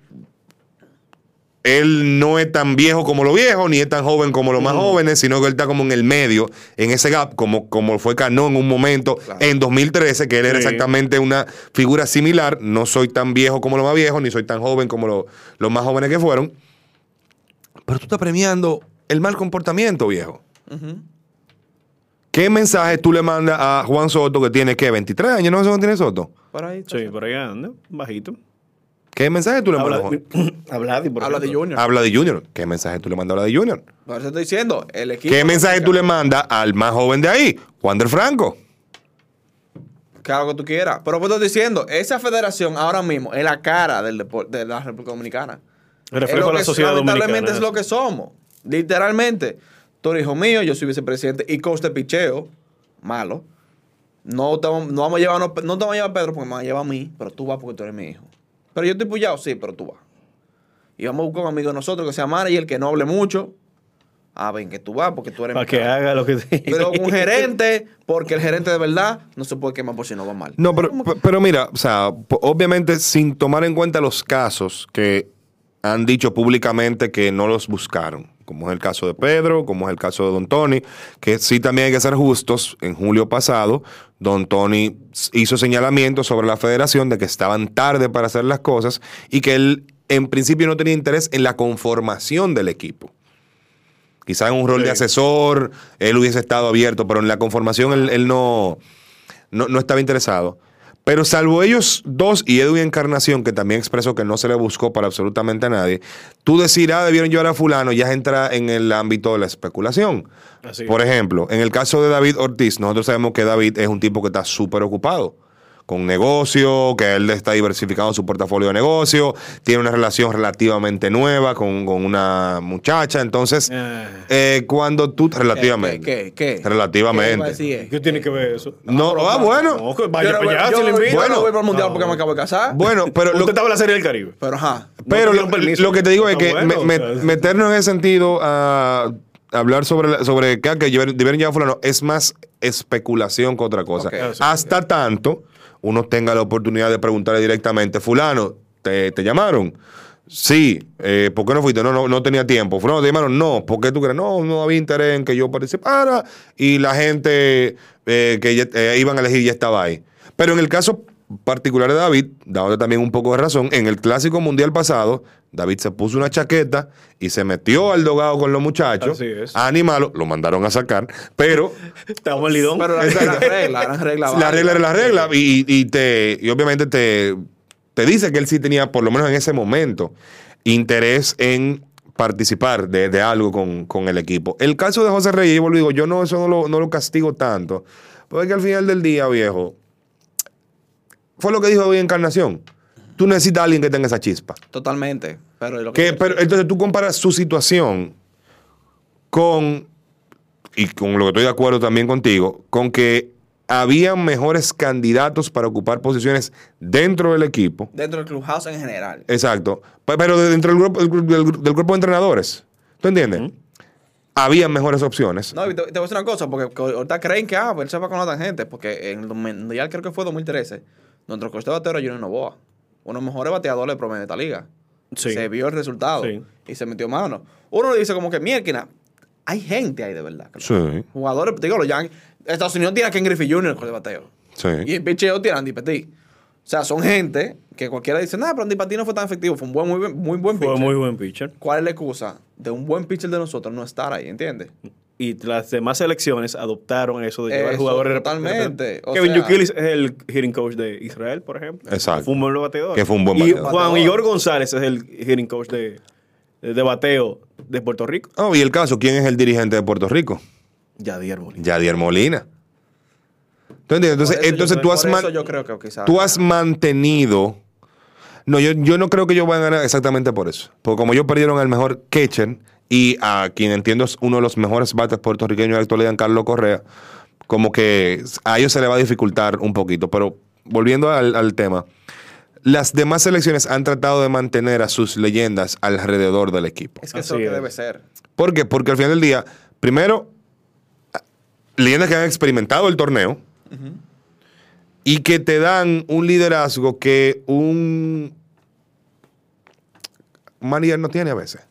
Speaker 2: él no es tan viejo como lo viejo, ni es tan joven como los más jóvenes, sino que él está como en el medio, en ese gap, como, como fue Cano en un momento, en 2013, que él era
Speaker 7: Sí.
Speaker 2: exactamente una figura similar. No soy tan viejo como los más viejos, ni soy tan joven como lo- los más jóvenes que fueron. Pero tú estás premiando el mal comportamiento, viejo. ¿Qué mensaje tú le mandas a Juan Soto que tiene, ¿qué? ¿23 años? ¿No sé cuánto tiene Soto?
Speaker 6: Por ahí. está.
Speaker 7: Sí, por ahí anda, bajito.
Speaker 2: ¿Qué mensaje tú le mandas?
Speaker 7: Habla,
Speaker 2: Juan?
Speaker 7: habla de, por
Speaker 6: Habla de
Speaker 7: ejemplo.
Speaker 6: Junior.
Speaker 2: Habla de Junior. ¿Qué mensaje tú le mandas a Habla de Junior?
Speaker 6: Por eso estoy diciendo, el equipo.
Speaker 2: ¿Qué mensaje tú le mandas al más joven de ahí? Wander Franco.
Speaker 6: Claro que tú quieras. Pero pues te estoy diciendo, esa federación ahora mismo es la cara del depor- de la República Dominicana.
Speaker 7: El reflejo
Speaker 6: lo
Speaker 7: de la
Speaker 6: que-
Speaker 7: sociedad
Speaker 6: Lamentablemente
Speaker 7: dominicana,
Speaker 6: es lo
Speaker 7: ¿no?
Speaker 6: que somos. Literalmente. Tú eres hijo mío, yo soy vicepresidente y coach de picheo. Malo. No, te vamos- no vamos a llevarnos, no te vamos a llevar a Pedro porque me va a llevar a mí, pero tú vas porque tú eres mi hijo. Pero yo estoy puyado, sí, pero tú vas. Y vamos a buscar un amigo de nosotros que sea manager, que no hable mucho. Ah, ven, que tú vas porque tú eres
Speaker 7: Para
Speaker 6: mi
Speaker 7: que
Speaker 6: pana.
Speaker 7: haga lo que te
Speaker 6: Pero un gerente, porque el gerente de verdad no se puede quemar por si no va mal.
Speaker 2: No, pero, pe- pero mira, o sea, po- obviamente sin tomar en cuenta los casos que han dicho públicamente que no los buscaron, como es el caso de Pedro, como es el caso de Don Tony, que sí también hay que ser justos. En julio pasado, Don Tony s- hizo señalamientos sobre la federación de que estaban tarde para hacer las cosas y que él en principio no tenía interés en la conformación del equipo. Quizá en un rol de
Speaker 7: Sí.
Speaker 2: asesor, él hubiese estado abierto, pero en la conformación él, él no, no, no estaba interesado. Pero salvo ellos dos y Edwin Encarnación, que también expresó que no se le buscó para absolutamente a nadie, tú decir, ah, debieron llevar a fulano, ya entra en el ámbito de la especulación.
Speaker 7: Así es.
Speaker 2: Por ejemplo, en el caso de David Ortiz, nosotros sabemos que David es un tipo que está súper ocupado con negocio, que él está diversificando su portafolio de negocio, tiene una relación relativamente nueva con, con una muchacha, entonces,
Speaker 7: Ah.
Speaker 2: eh, cuando tú, relativamente,
Speaker 6: ¿Qué? ¿Qué? ¿Qué? ¿Qué iba a
Speaker 2: relativamente,
Speaker 6: decir, eh?
Speaker 7: ¿Qué tiene que ver eso?
Speaker 2: no, ah, bueno,
Speaker 7: No, que vaya
Speaker 6: yo no,
Speaker 7: para allá,
Speaker 6: voy-
Speaker 7: si le
Speaker 6: yo-
Speaker 7: invitan.
Speaker 6: yo no voy para el mundial
Speaker 7: Ah,
Speaker 6: porque me acabo de casar.
Speaker 2: Bueno, pero
Speaker 7: Usted
Speaker 2: lo,
Speaker 7: estaba en la Serie del Caribe.
Speaker 6: Pero ajá.
Speaker 2: pero
Speaker 7: tuvieron
Speaker 2: lo,
Speaker 7: permiso.
Speaker 2: lo que te digo es
Speaker 7: Está
Speaker 2: que
Speaker 7: bueno,
Speaker 2: me- me-
Speaker 7: o sea.
Speaker 2: meternos en ese sentido a hablar sobre, la- sobre que, que llevar- debieron llevar a fulano es más especulación que otra cosa.
Speaker 6: Ok.
Speaker 2: Hasta tanto uno tenga la oportunidad de preguntarle directamente, fulano, ¿te, te llamaron? Sí, eh, ¿por qué no fuiste? No, no, no tenía tiempo. Fulano, te llamaron, no, ¿por qué tú crees? No, no había interés en que yo participara y la gente eh, que ya- eh, iban a elegir ya estaba ahí. Pero en el caso particular de David, dándote también un poco de razón, en el Clásico Mundial pasado, David se puso una chaqueta y se metió al dogado con los muchachos,
Speaker 7: Así es.
Speaker 2: a animarlo, lo mandaron a sacar, pero
Speaker 7: Estaba en Lidón.
Speaker 6: Pero la la regla, la regla.
Speaker 2: la
Speaker 6: válida.
Speaker 2: regla era la regla y, y te y obviamente te, te dice que él sí tenía, por lo menos en ese momento, interés en participar de, de algo con, con el equipo. El caso de José Reyes, yo lo digo, yo no, eso no lo, no lo castigo tanto, porque al final del día, viejo, fue lo que dijo hoy Encarnación. Tú necesitas a alguien que tenga esa chispa.
Speaker 6: Totalmente. Pero, lo
Speaker 2: Que, pero, eh, entonces tú comparas su situación con, y con lo que estoy de acuerdo también contigo, con que habían mejores candidatos para ocupar posiciones dentro del equipo.
Speaker 6: Dentro del clubhouse en general.
Speaker 2: Exacto. Pe- Pero de- dentro del grupo, del, gru- del grupo de entrenadores. ¿Tú entiendes? Habían mejores opciones.
Speaker 6: No, y te, te voy a decir una cosa, porque que ahorita creen que, ah, pues él se va con la tangente, porque en el Mundial creo que fue 2013, nuestro coche de bateo era Junior Novoa, uno de los mejores bateadores de promedio de esta liga.
Speaker 7: Sí.
Speaker 6: Se vio el resultado
Speaker 7: Sí.
Speaker 6: y se metió mano. Uno le dice como que, mierda, hay gente ahí de verdad.
Speaker 2: Sí,
Speaker 6: Jugadores, te digo, los Yankees, Estados Unidos tiene a Ken Griffey Jr. el coche de bateo. Y
Speaker 2: sí.
Speaker 6: el picheo tiene a Andy Petit. O sea, son gente que cualquiera dice, nada, pero Andy Petit no fue tan efectivo, fue un buen, muy, buen- muy buen
Speaker 7: Fue
Speaker 6: pitcher.
Speaker 7: muy buen pitcher.
Speaker 6: ¿Cuál es la excusa de un buen pitcher de nosotros no estar ahí, entiendes?
Speaker 7: Y las demás selecciones adoptaron eso de llevar
Speaker 6: Eso,
Speaker 7: jugadores rep-
Speaker 6: totalmente.
Speaker 7: rep-
Speaker 6: O
Speaker 7: Kevin
Speaker 6: sea-
Speaker 7: Yukilis es el hitting coach de Israel, por ejemplo.
Speaker 2: Exacto.
Speaker 7: Fue un buen bateador.
Speaker 2: Que fue un buen
Speaker 7: y
Speaker 2: bateador.
Speaker 7: Juan
Speaker 6: Bateador.
Speaker 7: Igor González es el hitting coach de, de bateo de Puerto Rico.
Speaker 2: Oh, y el caso, ¿quién es el dirigente de Puerto Rico?
Speaker 7: Yadier Molina.
Speaker 2: Yadier Molina. ¿Tú entiendes? Entonces,
Speaker 6: Por eso
Speaker 2: entonces
Speaker 6: yo,
Speaker 2: tú
Speaker 6: por
Speaker 2: has...
Speaker 6: eso
Speaker 2: man-
Speaker 6: yo creo que quizás.
Speaker 2: Tú has mantenido. No, yo, yo no creo que ellos van a ganar exactamente por eso. Porque como ellos perdieron al mejor Ketchen y a quien entiendo es uno de los mejores bates puertorriqueños de la actualidad, Carlos Correa, como que a ellos se les va a dificultar un poquito. Pero volviendo al, al tema, las demás selecciones han tratado de mantener a sus leyendas alrededor del equipo.
Speaker 6: Es que eso
Speaker 7: Así
Speaker 6: es lo
Speaker 7: es.
Speaker 6: que debe ser.
Speaker 2: ¿Por qué? Porque al final del día, primero, a- leyendas que han experimentado el torneo y que te dan un liderazgo que un un manager no tiene a veces.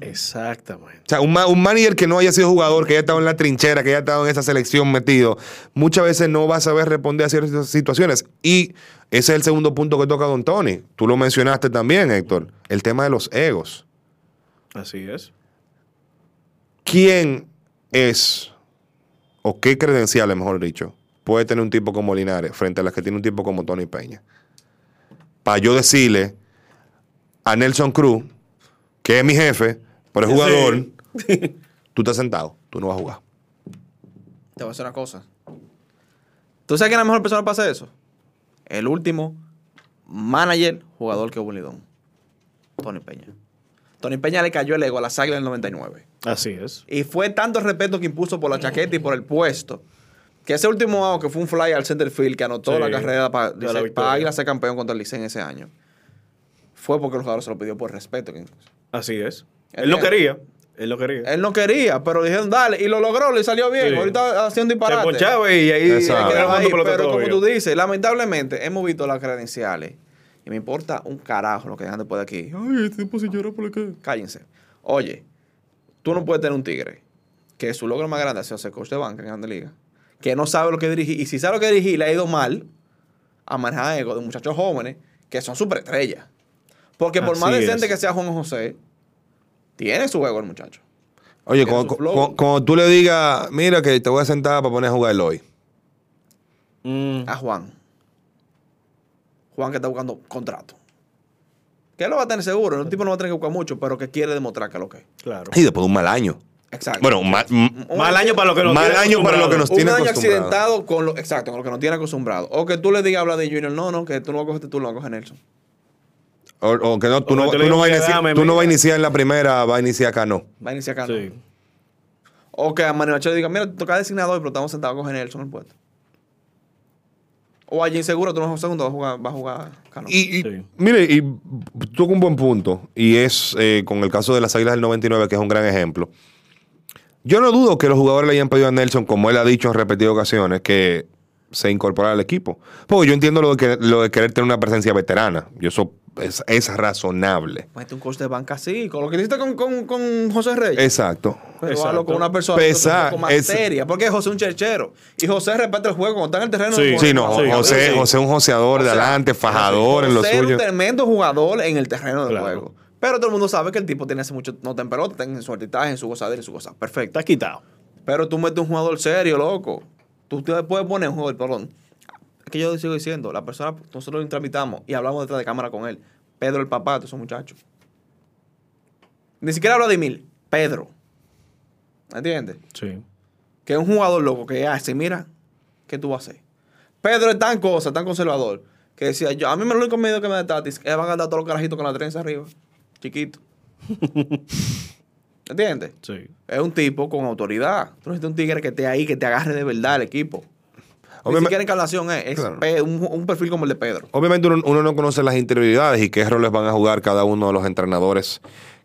Speaker 7: Exactamente.
Speaker 2: O sea, un, ma- un manager que no haya sido jugador, que haya estado en la trinchera, que haya estado en esa selección metido, muchas veces no va a saber responder a ciertas situaciones. Y ese es el segundo punto que toca Don Tony. Tú lo mencionaste también, Héctor. El tema de los egos.
Speaker 7: Así es.
Speaker 2: ¿quién es o qué credenciales, mejor dicho, puede tener un tipo como Linares frente a las que tiene un tipo como Tony Peña? Para yo decirle, a Nelson Cruz, que es mi jefe, pero es jugador, tú estás sentado, tú no vas a jugar.
Speaker 6: Te voy a decir una cosa. ¿Tú sabes quién es la mejor persona para hacer eso? El último manager, jugador que hubo en Lidón. Tony Peña. Tony Peña le cayó el ego a las águilas del 99.
Speaker 7: Así es.
Speaker 6: Y fue tanto el respeto que impuso por la chaqueta y por el puesto. Que ese último out que fue un fly al center field que anotó
Speaker 7: Sí,
Speaker 6: la carrera para
Speaker 7: de la victoria.
Speaker 6: Águila ser campeón contra el Licey en ese año. Fue porque el jugador se lo pidió por respeto. que-
Speaker 7: Así es.
Speaker 6: El
Speaker 7: Él no
Speaker 6: día-
Speaker 7: quería. Él no quería.
Speaker 6: Él no quería, pero le dijeron dale. Y lo logró, le salió bien.
Speaker 7: Sí.
Speaker 6: Ahorita haciendo
Speaker 7: Se
Speaker 6: disparate.
Speaker 7: ponchaba y ahí
Speaker 2: Exacto.
Speaker 7: ahí
Speaker 6: Hay que
Speaker 7: quedaba
Speaker 6: dejar
Speaker 7: jugando
Speaker 6: ahí,
Speaker 7: pelota
Speaker 6: pero como
Speaker 7: todavía.
Speaker 6: tú dices, lamentablemente hemos visto las credenciales. Y me importa un carajo lo que dejan después de aquí. Ay, este tipo se llora por acá. Cállense. Oye, tú no puedes tener un tigre que su logro más grande ha sido ser coach de banca en Grande Liga, que no sabe lo que dirigir. Y si sabe lo que dirigir, le ha ido mal a manejar ego de muchachos jóvenes que son superestrellas. Porque por más
Speaker 7: Así
Speaker 6: decente
Speaker 7: es.
Speaker 6: que sea Juan José, tiene su ego el muchacho.
Speaker 2: Oye,
Speaker 6: Tiene
Speaker 2: cuando,
Speaker 6: su flow.
Speaker 2: cuando- cuando tú le digas, mira que te voy a sentar para poner a jugar el hoy.
Speaker 7: Mm,
Speaker 6: a Juan. Juan que está buscando contrato. Que él lo va a tener seguro, el tipo no va a tener que buscar mucho, pero que quiere demostrar que es lo que es.
Speaker 7: claro.
Speaker 2: Y después de un mal año.
Speaker 6: Exacto.
Speaker 2: Bueno, un mal, un-
Speaker 6: Un-
Speaker 7: Mal año para lo que nos
Speaker 2: Mal
Speaker 7: tiene
Speaker 2: año para lo que nos-
Speaker 7: acostumbrados.
Speaker 6: un
Speaker 2: tiene
Speaker 6: año
Speaker 2: acostumbrado.
Speaker 6: accidentado con lo, exacto, con lo que no tiene acostumbrado. O que tú le digas habla de Junior, no, no, que tú no lo coges, tú lo coges Nelson.
Speaker 2: o, o que no, tú
Speaker 7: O
Speaker 2: no,
Speaker 7: que te
Speaker 2: tú
Speaker 7: digo
Speaker 2: no vas a
Speaker 7: que
Speaker 2: iniciar,
Speaker 7: dame,
Speaker 2: tú no
Speaker 7: mira.
Speaker 2: vas a iniciar en la primera, va a iniciar acá no.
Speaker 6: Va a iniciar acá. ¿no?
Speaker 7: Sí.
Speaker 6: O que a Manuel Machado le diga, mira, te toca designado hoy, pero estamos sentados, coge Nelson el puesto. O allí inseguro, tú no vas a segundo, vas a jugar, vas a jugar Cano.
Speaker 2: Y, y-
Speaker 7: Sí.
Speaker 2: mire, y toca un buen punto, y es eh, con el caso de las Águilas del 99, que es un gran ejemplo. Yo no dudo que los jugadores le hayan pedido a Nelson, como él ha dicho en repetidas ocasiones, que se incorporara al equipo. Porque yo entiendo lo de, que- lo de querer tener una presencia veterana. Yo eso es, es razonable.
Speaker 6: Mete Pues este un coach de banca así, con lo que hiciste con, con, con José Reyes.
Speaker 2: Exacto.
Speaker 6: Pero
Speaker 7: Exacto.
Speaker 6: hablo con una persona
Speaker 2: Pesa-
Speaker 6: un poco más
Speaker 2: es-
Speaker 6: seria, porque José es un cherchero. Y José reparte el juego cuando está en el terreno.
Speaker 7: Sí.
Speaker 6: pone-
Speaker 2: Sí, no,
Speaker 7: Sí,
Speaker 2: José,
Speaker 7: sí.
Speaker 2: José es un joseador de
Speaker 6: O sea,
Speaker 2: adelante, fajador en lo
Speaker 6: José
Speaker 2: suyo.
Speaker 6: es un tremendo jugador en el terreno del
Speaker 7: Claro.
Speaker 6: juego. Pero todo el mundo sabe que el tipo tiene hace mucho, no está en pelota, está en su artistaje, en su gozadera, en su cosa. Perfecto.
Speaker 7: Está quitado.
Speaker 6: Pero tú metes un jugador serio, loco. Tú te puedes poner un jugador, perdón. Es que yo sigo diciendo, la persona, nosotros lo intramitamos y hablamos detrás de cámara con él. Pedro el papá de esos muchachos. Ni siquiera habla de Emil, Pedro. ¿Entiendes?
Speaker 7: Sí.
Speaker 6: que es un jugador loco que hace, mira, ¿qué tú vas a hacer? Pedro es tan cosa, tan conservador, que decía, yo, a mí me lo único miedo que me da Tatis es van a andar todos los carajitos con la trenza arriba, chiquito. ¿Entiendes?
Speaker 7: Sí.
Speaker 6: Es un tipo con autoridad. Tú necesitas un tigre que esté ahí, que te agarre de verdad el equipo. Ni
Speaker 2: Obviamente-
Speaker 6: siquiera encarnación es, es
Speaker 2: Claro.
Speaker 6: pe- un, un perfil como el de Pedro.
Speaker 2: Obviamente uno, uno no conoce las interioridades y qué roles van a jugar cada uno de los entrenadores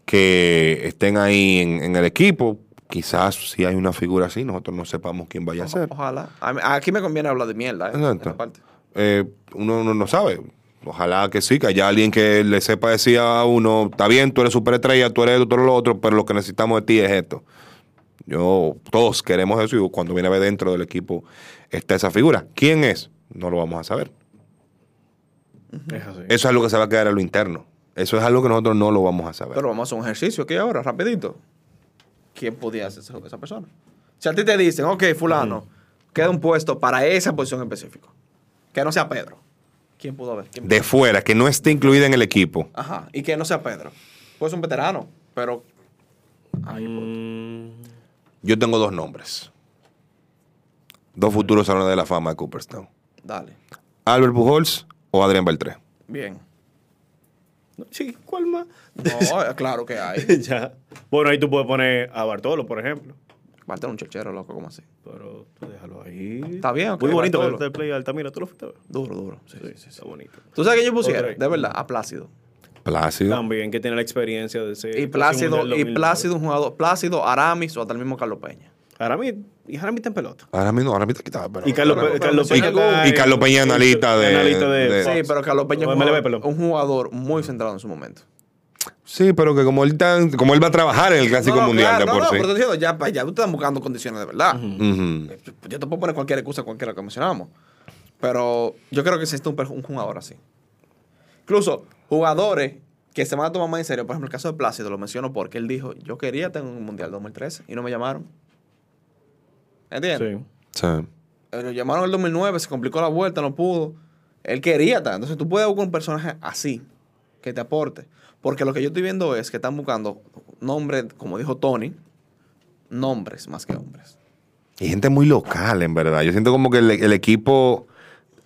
Speaker 2: que estén ahí en, en el equipo. Quizás si hay una figura así, nosotros no sepamos quién vaya a ser.
Speaker 6: Ojalá. A mí- Aquí me conviene hablar de mierda. ¿eh?
Speaker 2: Exacto.
Speaker 6: Esa parte.
Speaker 2: Eh, uno, uno no sabe. Ojalá que sí, que haya alguien que le sepa decir a uno, está bien, tú eres superestrella, tú eres esto, tú eres lo otro, pero lo que necesitamos de ti es esto. Yo, todos queremos eso y cuando viene a ver dentro del equipo está esa figura. ¿Quién es? No lo vamos a saber.
Speaker 7: Es así.
Speaker 2: Eso es algo que se va a quedar a lo interno. Eso es algo que nosotros no lo vamos a saber.
Speaker 6: Pero vamos a hacer un ejercicio aquí ahora, rapidito. ¿Quién podía ser esa, esa persona? Si a ti te dicen, ok, fulano, queda un puesto para esa posición específica. Que no sea Pedro. ¿Quién pudo haber? ¿Quién-
Speaker 2: de fuera, que no esté incluida en el equipo.
Speaker 6: Ajá. Y que no sea Pedro. Pues un veterano, pero... Ay, pues,
Speaker 2: Yo tengo dos nombres. Dos futuros salones de la fama de Cooperstown.
Speaker 6: dale.
Speaker 2: Albert Pujols o Adrián Beltré.
Speaker 6: Bien.
Speaker 7: No, sí, ¿cuál más?
Speaker 6: No, eh, claro que hay.
Speaker 7: ya. Bueno, ahí tú puedes poner a Bartolo, por ejemplo.
Speaker 6: Falta un chechero, loco, como así.
Speaker 7: Pero tú déjalo ahí.
Speaker 6: Está bien, ok,
Speaker 7: Muy bonito
Speaker 6: Bartolo.
Speaker 7: que está el play de Altamira. ¿Tú lo fuiste a ver?
Speaker 6: Duro, duro. Sí, sí, sí.
Speaker 7: Está bonito.
Speaker 6: ¿Tú sabes que yo pusiera?
Speaker 7: Otra vez.
Speaker 6: De verdad, a Plácido.
Speaker 2: Plácido.
Speaker 7: También que tiene la experiencia de ser.
Speaker 6: Y Plácido, y
Speaker 7: 2009.
Speaker 6: Plácido, un jugador. Plácido, Aramis o hasta el mismo Carlos Peña.
Speaker 7: Jaramí, y Jaramí está en pelota.
Speaker 2: Ahora mismo, ahora mismo quitaba. pero-
Speaker 7: Y Carlos,
Speaker 6: pero-
Speaker 7: Pe-
Speaker 6: pero
Speaker 7: Carlos
Speaker 6: menciona
Speaker 7: Peña.
Speaker 6: algún-
Speaker 7: está
Speaker 2: Y Carlos Peña,
Speaker 7: en-
Speaker 2: analista de-
Speaker 7: analista de-
Speaker 2: de-
Speaker 6: Sí, pero Carlos Peña es un
Speaker 7: MLB,
Speaker 6: jugador,
Speaker 7: perdón.
Speaker 6: un jugador muy centrado en su momento.
Speaker 2: Sí, pero que como él, tan- como él va a trabajar en el Clásico
Speaker 6: No, no,
Speaker 2: Mundial
Speaker 6: claro,
Speaker 2: de
Speaker 6: no,
Speaker 2: por
Speaker 6: no,
Speaker 2: sí.
Speaker 6: pero te estoy diciendo, ya, pa- ya tú estás buscando condiciones de verdad.
Speaker 2: Ujú.
Speaker 6: Yo yo te puedo poner cualquier excusa, cualquiera que mencionamos. Pero yo creo que existe un, per- un jugador así. Incluso jugadores que se van a tomar más en serio. Por ejemplo, el caso de Plácido lo menciono porque él dijo, yo quería tener un Mundial 2013 y no me llamaron. ¿Entiendes?
Speaker 7: Sí.
Speaker 2: Sí.
Speaker 6: Eh, Lo llamaron en el 2009, se complicó la vuelta, no pudo. Él quería tanto. Entonces tú puedes buscar un personaje así. que te aporte. Porque lo que yo estoy viendo es que están buscando nombres, como dijo Tony, nombres más que hombres.
Speaker 2: Y gente muy local, en verdad. Yo siento como que el, el equipo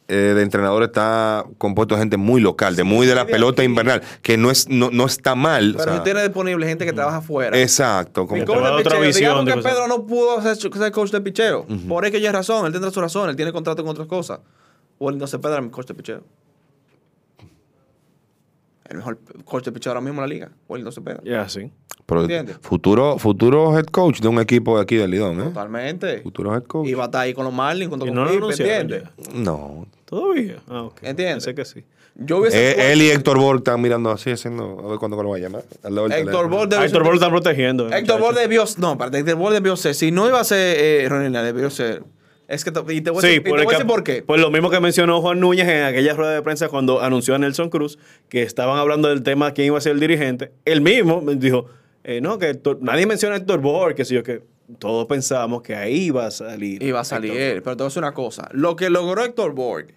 Speaker 2: eh, de entrenadores está compuesto de gente muy local, de muy de la pelota invernal, que no, es, no, no está mal. o
Speaker 6: Pero
Speaker 2: sea,
Speaker 6: tú tienes disponible gente que trabaja afuera.
Speaker 2: Exacto.
Speaker 6: El
Speaker 2: Como
Speaker 7: Te
Speaker 6: coach
Speaker 7: va a
Speaker 6: de
Speaker 7: dar otra
Speaker 6: picheo,
Speaker 7: visión
Speaker 6: digamos
Speaker 7: de
Speaker 6: que
Speaker 7: cosas.
Speaker 6: Pedro no pudo ser, ch- ser coach de picheo. Por eso que ella es razón, él tendrá su razón, él tiene contrato con otras cosas. O él no se Pedro es mi coach de picheo. El mejor p- coach de picheo ahora mismo en la liga. O él no se Pedro.
Speaker 7: Ya, sí.
Speaker 2: Pero
Speaker 6: ¿Entiendes?
Speaker 2: futuro, futuro head coach de un equipo de aquí del Lidón, ¿eh?
Speaker 6: Totalmente.
Speaker 2: Futuro head coach.
Speaker 6: Y va a estar ahí con los Marlins, junto
Speaker 7: Y
Speaker 6: con
Speaker 7: no lo
Speaker 6: Pippen,
Speaker 7: anunciaron
Speaker 6: ¿entiendes?
Speaker 7: ya.
Speaker 2: No.
Speaker 7: Todavía. Ah, ok.
Speaker 6: ¿Entiendes?
Speaker 7: Sé que sí.
Speaker 6: Yo hubiese.
Speaker 2: Eh, él y Héctor Ball están mirando así, haciendo. A ver cuándo lo va a llamar. Al lado del
Speaker 6: Héctor
Speaker 2: teléfono.
Speaker 6: Ball
Speaker 7: Ah,
Speaker 6: debe
Speaker 7: Héctor
Speaker 6: ser-
Speaker 7: Ball lo está protegiendo. eh,
Speaker 6: Héctor Ball
Speaker 7: muchacho.
Speaker 6: debió. No, espérate, Héctor Ball debió ser. Si no iba a ser eh, Ronnie Lane, debió ser. Es que. te- Y te voy a
Speaker 7: Sí,
Speaker 6: decir, y te
Speaker 7: por, el
Speaker 6: voy a
Speaker 7: que-
Speaker 6: decir por qué.
Speaker 7: por lo mismo que mencionó Juan Núñez en aquella rueda de prensa cuando anunció a Nelson Cruz que estaban hablando del tema quién iba a ser el dirigente. Él mismo me dijo, eh, no, que Héctor- nadie menciona a Héctor Ball, que sé yo, que todos pensamos que ahí iba a salir.
Speaker 6: Iba a salir
Speaker 7: Héctor.
Speaker 6: él. Pero te voy a decir una cosa. Lo que logró Héctor Borg,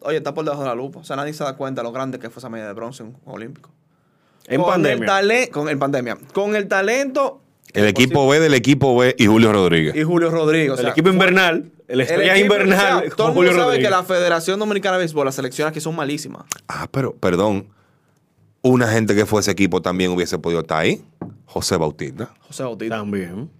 Speaker 6: oye, está por debajo de la lupa. O sea, nadie se da cuenta de lo grande que fue esa medalla de bronce en un Olímpico.
Speaker 7: En
Speaker 6: Con el
Speaker 7: pandemia.
Speaker 6: tale- con el pandemia. Con el talento.
Speaker 2: El equipo B del equipo B y Julio Rodríguez.
Speaker 6: Y Julio Rodríguez. o
Speaker 7: El
Speaker 6: sea,
Speaker 7: equipo invernal,
Speaker 6: el
Speaker 7: el estrella
Speaker 6: equipo-
Speaker 7: invernal.
Speaker 6: o sea, todo el mundo
Speaker 7: Julio
Speaker 6: sabe
Speaker 7: Rodríguez.
Speaker 6: que la Federación Dominicana de Béisbol, las selecciones aquí son malísimas.
Speaker 2: Ah, pero, perdón. Una gente que fue ese equipo también hubiese podido estar ahí. José Bautista,
Speaker 6: José Bautista.
Speaker 7: También.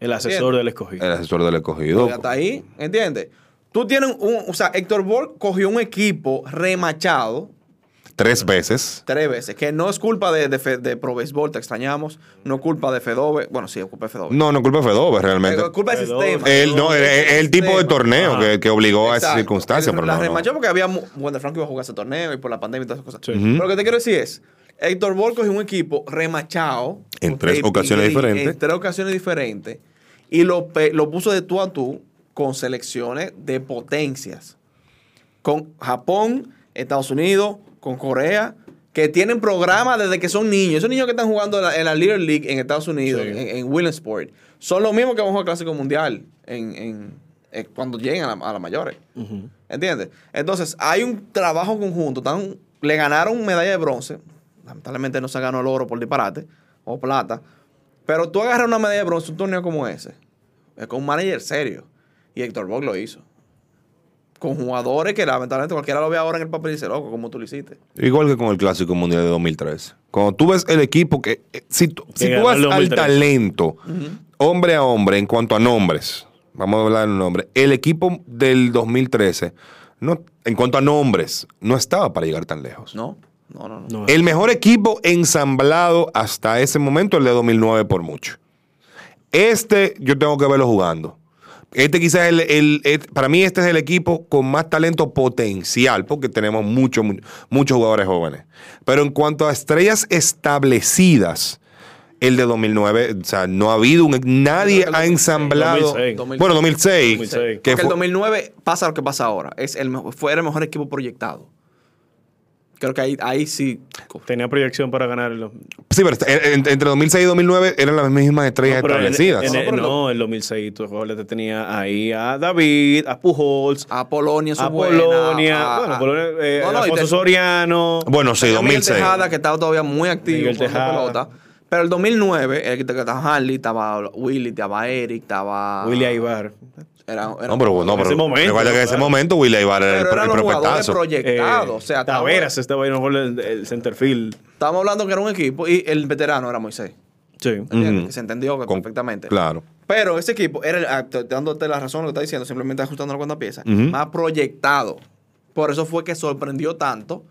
Speaker 7: El asesor
Speaker 6: Entiendo.
Speaker 7: del escogido.
Speaker 2: el asesor del escogido.
Speaker 6: Porque hasta ahí, ¿entiendes? Tú tienes un. O sea, Héctor Borg cogió un equipo remachado
Speaker 2: Tres veces.
Speaker 6: tres veces, que no es culpa de, de, Fe- de Pro Béisbol, te extrañamos. No es culpa de Fedove. Bueno, sí, es culpa de Fedove.
Speaker 2: No, no culpa de Fedove realmente.
Speaker 6: Es culpa del
Speaker 7: Fedove.
Speaker 6: sistema.
Speaker 2: El, no, el, el- el tipo de
Speaker 6: Sistema. Ah,
Speaker 2: torneo
Speaker 7: Ajá.
Speaker 2: que, que obligó a
Speaker 6: Exacto.
Speaker 2: esa circunstancia.
Speaker 6: El-
Speaker 2: Pero
Speaker 6: la
Speaker 2: no, no.
Speaker 6: remachó porque había mu- Wander Franco iba a jugar ese torneo y por la pandemia y todas esas cosas.
Speaker 7: Sí.
Speaker 6: Pero lo que te quiero decir es, Héctor Borco es un equipo remachado.
Speaker 2: En
Speaker 6: con
Speaker 2: tres
Speaker 6: JP,
Speaker 2: ocasiones diferentes.
Speaker 6: En tres ocasiones diferentes. Y lo, pe- lo puso de tú a tú con selecciones de potencias. Con Japón, Estados Unidos, con Corea, que tienen programas desde que son niños. Esos niños que están jugando en la, en la Little League en Estados Unidos,
Speaker 7: Sí.
Speaker 6: en, en Willensport, son los mismos que van a jugar Clásico Mundial en, en- eh, cuando lleguen a la- a las mayores. ¿Entiendes? Entonces, hay un trabajo conjunto. Tan, le ganaron medalla de bronce. Lamentablemente no se ganó el oro por disparate o plata. Pero tú agarras una medalla de bronce, un torneo como ese, es con un manager serio. Y Héctor Bock lo hizo. Con jugadores que lamentablemente cualquiera lo ve ahora en el papel y dice, loco, como tú lo hiciste.
Speaker 2: Igual que con el Clásico Mundial de 2013. Cuando tú ves el equipo que... eh, Si, tú- si tú
Speaker 7: ganó
Speaker 2: vas
Speaker 7: el
Speaker 2: al
Speaker 7: 2013.
Speaker 2: talento, hombre a hombre, en cuanto a nombres, vamos a hablar de nombres, el equipo del 2013, no, en cuanto a nombres, no estaba para llegar tan lejos.
Speaker 6: No, no, no. no.
Speaker 7: No,
Speaker 2: El mejor equipo ensamblado hasta ese momento, el de 2009 por mucho. Este yo tengo que verlo jugando. Este quizás es el, el- et- para mí este es el equipo con más talento potencial porque tenemos muchos mu- muchos jugadores jóvenes. Pero en cuanto a estrellas establecidas, el de 2009, o sea, no ha habido un, nadie
Speaker 6: Creo que
Speaker 2: ha
Speaker 6: el 2006,
Speaker 2: ensamblado.
Speaker 7: 2006.
Speaker 2: Bueno, 2006.
Speaker 7: 2006.
Speaker 2: que
Speaker 6: Porque el
Speaker 2: fue-
Speaker 6: 2009 pasa lo que pasa ahora. Es el mejor, fue el mejor equipo proyectado. Creo que ahí, ahí sí.
Speaker 7: Tenía proyección para ganar el,
Speaker 2: sí, pero en- entre 2006 y 2009 eran las mismas estrellas
Speaker 7: pero en-
Speaker 2: establecidas.
Speaker 7: en-
Speaker 6: No, pero
Speaker 7: no, en 2006 tú Robles, te tenía ahí a David, a Pujols,
Speaker 6: A Polonia, su
Speaker 7: a Polonia,
Speaker 6: Ah,
Speaker 7: bueno, Polonia, eh, Alfonso Soriano.
Speaker 2: Bueno, sí,
Speaker 6: Tenía Miguel
Speaker 2: 2006.
Speaker 6: Tejada, que estaba todavía muy activo
Speaker 7: Miguel
Speaker 6: con la
Speaker 7: Tejada.
Speaker 6: pelota. Pero el 2009, el que estaba Harley, estaba Willy, estaba Eric, estaba...
Speaker 7: Willy Aibar.
Speaker 6: Era, era-
Speaker 2: No, pero, no,
Speaker 7: En
Speaker 2: pero
Speaker 7: ese momento,
Speaker 2: recuerda que en ese
Speaker 7: claro.
Speaker 2: momento Willy Ibar era
Speaker 6: pero
Speaker 2: el, pro-
Speaker 6: eran
Speaker 2: el
Speaker 6: los jugadores
Speaker 2: prospectazo.
Speaker 6: proyectados.
Speaker 7: eh,
Speaker 6: o sea, estamos-
Speaker 7: Taveras estaba ahí, no recuerdo el, el centerfield.
Speaker 6: Estamos hablando que era un equipo y el veterano era Moisés.
Speaker 7: Sí.
Speaker 6: ¿entiendes?
Speaker 2: Ujú.
Speaker 6: Que se entendió que
Speaker 2: Con-
Speaker 6: perfectamente.
Speaker 2: Claro.
Speaker 6: Pero ese equipo era, el- ah, te- dándote la razón lo que está diciendo, simplemente ajustando la cuanta pieza,
Speaker 2: Ujú.
Speaker 6: más proyectado. Por eso fue que sorprendió tanto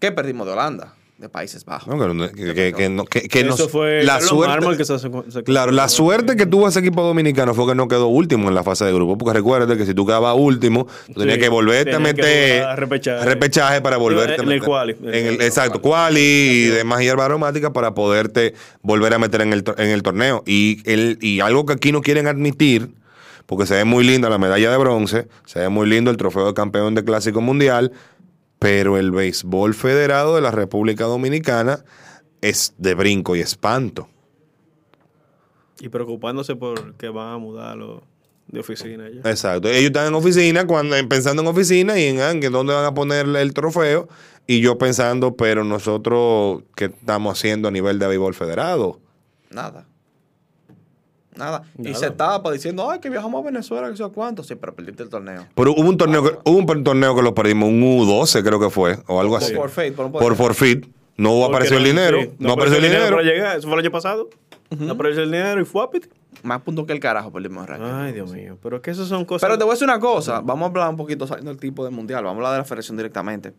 Speaker 6: que perdimos de Holanda, de Países Bajos.
Speaker 2: No, que- que, que- que no- que- que
Speaker 7: Eso
Speaker 2: nos-
Speaker 7: fue
Speaker 2: la
Speaker 7: Carlos
Speaker 2: suerte.
Speaker 7: Mármol que se, se- se-
Speaker 2: Claro, la suerte que tuvo ese equipo dominicano fue que no quedó último en la fase de grupo, porque recuerda que si tú quedabas último, tú tenías
Speaker 7: Sí,
Speaker 2: que volverte a
Speaker 7: tenías que
Speaker 2: meter
Speaker 7: jugar a repechaje.
Speaker 2: repechaje para volverte
Speaker 7: En el quali.
Speaker 2: En el- exacto, quali y demás hierbas aromáticas para poderte volver a meter en el, tor- en el torneo. Y, el, y algo que aquí no quieren admitir, porque se ve muy linda la medalla de bronce, se ve muy lindo el trofeo de campeón de Clásico Mundial, pero el béisbol federado de la República Dominicana es de brinco y espanto.
Speaker 7: Y preocupándose por que van a mudar los de oficina. ya.
Speaker 2: Exacto. Ellos están en oficina, cuando, pensando en oficina y en ah, que dónde van a ponerle el trofeo. Y yo pensando, pero nosotros, ¿qué estamos haciendo a nivel de béisbol federado?
Speaker 6: Nada. Nada. Y
Speaker 7: Nada.
Speaker 6: se tapa diciendo, ay, que viajamos a Venezuela, que sé yo cuánto. Sí, pero perdiste el torneo.
Speaker 2: Pero hubo un torneo, que, hubo un torneo que lo perdimos, un U12 creo que fue, o algo
Speaker 6: Por
Speaker 2: así.
Speaker 6: forfeit, por un
Speaker 2: Por forfeit. No hubo-
Speaker 7: Porque
Speaker 2: apareció el
Speaker 7: no-
Speaker 2: dinero.
Speaker 7: sí,
Speaker 2: no apareció el dinero.
Speaker 7: para llegar. Eso fue el año pasado. No apareció el dinero y fue a pit.
Speaker 6: Más punto que el carajo perdimos el
Speaker 7: Ay, Dios mío. Pero es que eso son cosas.
Speaker 6: Pero te voy a decir una cosa. Vamos a hablar un poquito saliendo del tipo de mundial. Vamos a hablar de la federación directamente.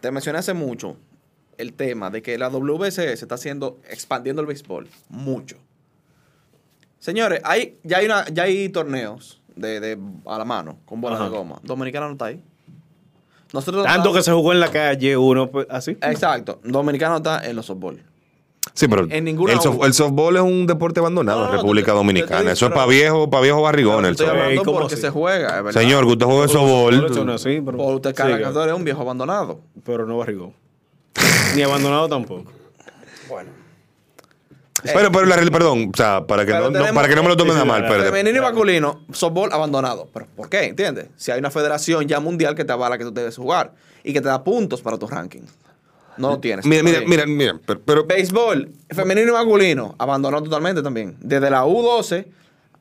Speaker 6: Te mencioné hace mucho el tema de que la WBC se está haciendo, expandiendo el béisbol. Mucho. Señores, hay, ya, hay una, ya hay torneos de, de- a la mano con bolas
Speaker 7: Ajá.
Speaker 6: de goma. Dominicana no está ahí. Nosotros
Speaker 7: Tanto que se jugó en la calle uno, pues, así.
Speaker 6: Exacto. Dominicano está en los softball.
Speaker 2: Sí, pero
Speaker 6: En ninguna
Speaker 2: el, sof-
Speaker 6: hubo.
Speaker 2: el softball es un deporte abandonado
Speaker 6: No, no,
Speaker 2: en
Speaker 6: no,
Speaker 2: República
Speaker 6: te- te- te
Speaker 2: Dominicana.
Speaker 6: estoy-
Speaker 2: Eso es
Speaker 6: pero-
Speaker 2: para viejo, para viejo barrigón el
Speaker 6: Estoy
Speaker 2: softball.
Speaker 6: hablando
Speaker 7: Ey, ¿cómo
Speaker 6: porque
Speaker 7: así?
Speaker 6: se juega, es ¿verdad?
Speaker 2: Señor, que usted juegue softball.
Speaker 7: Eso no es así, pero-
Speaker 6: O usted carga
Speaker 7: Siga.
Speaker 6: que tú eres un viejo abandonado.
Speaker 7: Pero no barrigón. Ni abandonado tampoco.
Speaker 6: Bueno.
Speaker 2: Pero, pero la real- perdón, o sea, para que,
Speaker 6: Pero
Speaker 2: no, no-
Speaker 6: tenemos-
Speaker 2: para que no me lo tomen
Speaker 7: Sí,
Speaker 2: a
Speaker 7: sí,
Speaker 2: mal,
Speaker 7: la-
Speaker 2: espérate.
Speaker 6: Femenino y masculino, softball abandonado. ¿Pero por qué? ¿Entiendes? Si hay una federación ya mundial que te avala que tú debes jugar y que te da puntos para tu ranking. No lo tienes.
Speaker 2: Mira, mira,
Speaker 6: Ok.
Speaker 2: mira, mira, pero, pero-
Speaker 6: Béisbol, femenino y masculino, abandonado totalmente también. Desde la U12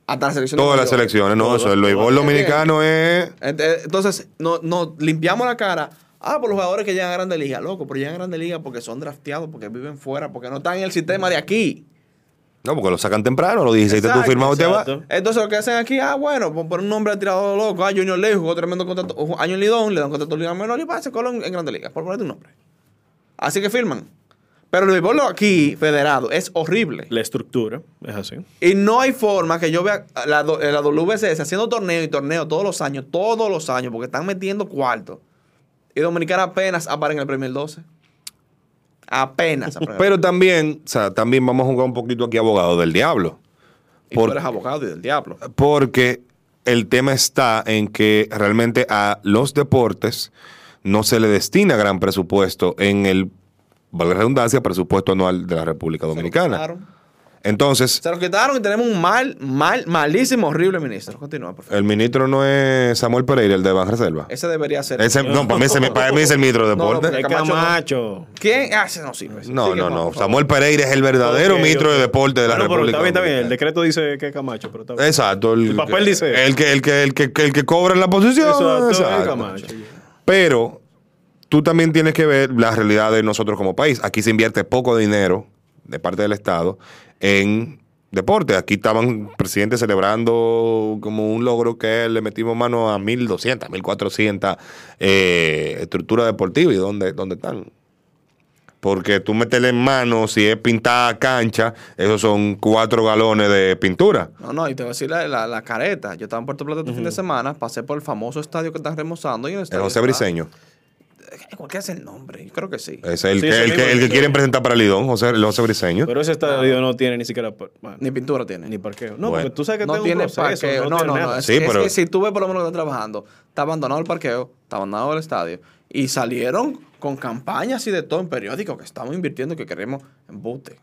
Speaker 6: hasta la selección. de
Speaker 2: todas las
Speaker 6: mayores.
Speaker 2: selecciones, no, eso, el béisbol dominicano es...
Speaker 6: Ent- Entonces, no, no, limpiamos la cara. Ah, por los jugadores que llegan a Grande Liga, loco, pero llegan a Grande Liga porque son drafteados, porque viven fuera, porque no están en el sistema de aquí.
Speaker 2: No, porque lo sacan temprano, los 16 tú
Speaker 6: Exacto,
Speaker 2: firmado te vas.
Speaker 7: exacto.
Speaker 6: Entonces lo que hacen aquí, ah, bueno, pon- poner un nombre al tirador loco, ah, Junior Ley jugó tremendo contrato, o a Junior Lidón, le dan contrato a Liga Menor y para se colan en Grande Liga, por ponerte un nombre. Así que firman. Pero el béisbol aquí, federado, es horrible.
Speaker 7: La estructura es así.
Speaker 6: Y no hay forma que yo vea a la, do- eh, la WBCS haciendo torneo y torneo todos los años, todos los años, porque están metiendo cuarto. Y Dominicana apenas aparece en el Premier 12. Apenas aparece.
Speaker 2: Pero también, o sea, también vamos a jugar un poquito aquí abogado del diablo.
Speaker 6: y
Speaker 2: por-
Speaker 6: tú eres abogado y del diablo.
Speaker 2: porque el tema está en que realmente a los deportes no se le destina gran presupuesto en el, valga la redundancia, presupuesto anual de la República Dominicana.
Speaker 6: Claro.
Speaker 2: Entonces,
Speaker 6: Se los quitaron y tenemos un mal, mal, malísimo, horrible ministro. Continúa, por favor.
Speaker 2: el ministro no es Samuel Pereira, el de Ban Reserva.
Speaker 6: Ese debería ser.
Speaker 2: Ese- no, para mí, ese- para mí es el ministro de
Speaker 6: No, no,
Speaker 2: deporte.
Speaker 6: pero
Speaker 7: Es
Speaker 6: Camacho no.
Speaker 7: Camacho.
Speaker 6: ¿Quién? Ah, ese no sirve. ese.
Speaker 2: No,
Speaker 6: Sigue,
Speaker 2: no,
Speaker 6: Juan,
Speaker 2: no.
Speaker 6: por favor.
Speaker 2: Samuel Pereira es el verdadero
Speaker 7: Ok,
Speaker 2: ministro
Speaker 7: ok.
Speaker 2: de deporte de la
Speaker 7: Bueno, pero
Speaker 2: República.
Speaker 7: está bien, está bien. El
Speaker 2: Dominicana.
Speaker 7: decreto dice que es Camacho, pero está bien.
Speaker 2: Exacto. El,
Speaker 7: El papel dice.
Speaker 2: El que, el que, el que, el que cobra la posición.
Speaker 7: Exacto, es
Speaker 2: exacto.
Speaker 7: Camacho.
Speaker 2: Pero tú también tienes que ver la realidad de nosotros como país. Aquí se invierte poco dinero de parte del Estado en deporte. Aquí estaban presidentes celebrando como un logro que le metimos mano a 1.200, 1.400 eh, estructuras deportivas. ¿Y dónde, dónde están? Porque tú meterle en mano, si es pintada cancha, esos son cuatro galones de pintura.
Speaker 6: No, no, y te voy a decir la, la- la careta. Yo estaba en Puerto Plata este fin de semana, pasé por el famoso estadio que están remozando. Y en el
Speaker 2: El
Speaker 6: estadio
Speaker 2: José
Speaker 6: está-
Speaker 2: Briseño.
Speaker 6: Eh, ¿Cuál que es el nombre? Yo creo que sí.
Speaker 2: Es el,
Speaker 7: Sí,
Speaker 2: que,
Speaker 7: ese
Speaker 2: el, que,
Speaker 7: mismo,
Speaker 2: el que
Speaker 7: sí.
Speaker 2: quieren presentar para Lidón, José, el José Briseño.
Speaker 7: Pero ese
Speaker 6: Ah.
Speaker 7: estadio no tiene ni siquiera par- bueno,
Speaker 6: Ni pintura tiene.
Speaker 7: ni parqueo. No,
Speaker 2: Bueno.
Speaker 7: porque tú sabes que
Speaker 6: no
Speaker 7: tengo un
Speaker 6: tiene
Speaker 7: proceso,
Speaker 6: parqueo. No,
Speaker 7: tiene
Speaker 6: no, no.
Speaker 7: nada.
Speaker 6: Es,
Speaker 2: Sí,
Speaker 6: es
Speaker 2: pero-
Speaker 6: que si tú ves por lo menos lo que está trabajando, está abandonado el parqueo, está abandonado el estadio. Y salieron con campañas y de todo en periódicos que estamos invirtiendo, que queremos embute.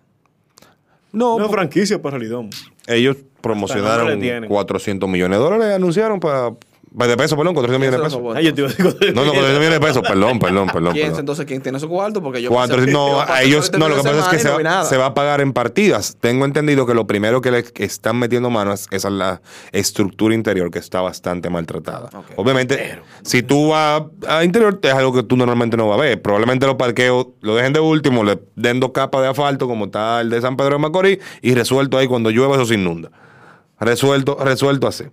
Speaker 2: No,
Speaker 7: Una
Speaker 2: porque-
Speaker 7: franquicia para Lidón.
Speaker 2: ellos promocionaron
Speaker 7: nombre tienen.
Speaker 2: 400 millones de dólares, anunciaron para... De pesos, perdón, 400 millones de
Speaker 6: Eso
Speaker 2: pesos.
Speaker 6: no
Speaker 7: Ah, yo te iba a decir.
Speaker 2: No, no, 400 millones de pesos, perdón, perdón, perdón.
Speaker 6: ¿Quién?
Speaker 2: perdón.
Speaker 6: Entonces, ¿quién tiene su cuarto? Porque yo...
Speaker 2: Cuatro-
Speaker 6: pensé- yo
Speaker 2: no,
Speaker 6: pasé
Speaker 2: a
Speaker 6: por
Speaker 2: ellos,
Speaker 6: este
Speaker 2: no,
Speaker 6: fin
Speaker 2: lo que
Speaker 6: de
Speaker 2: pasa es que se
Speaker 6: semana y no vi
Speaker 2: va,
Speaker 6: nada.
Speaker 2: se va a pagar en partidas. Tengo entendido que lo primero que le están metiendo mano es, es a la estructura interior, que está bastante maltratada.
Speaker 6: Ok. pues.
Speaker 2: Obviamente, si tú vas a interior, es algo que tú normalmente no vas a ver. Probablemente los parqueos lo dejen de último, le den dos capas de asfalto, como está el de San Pedro de Macorís, y resuelto ahí cuando llueva, eso se inunda. Resuelto, resuelto así.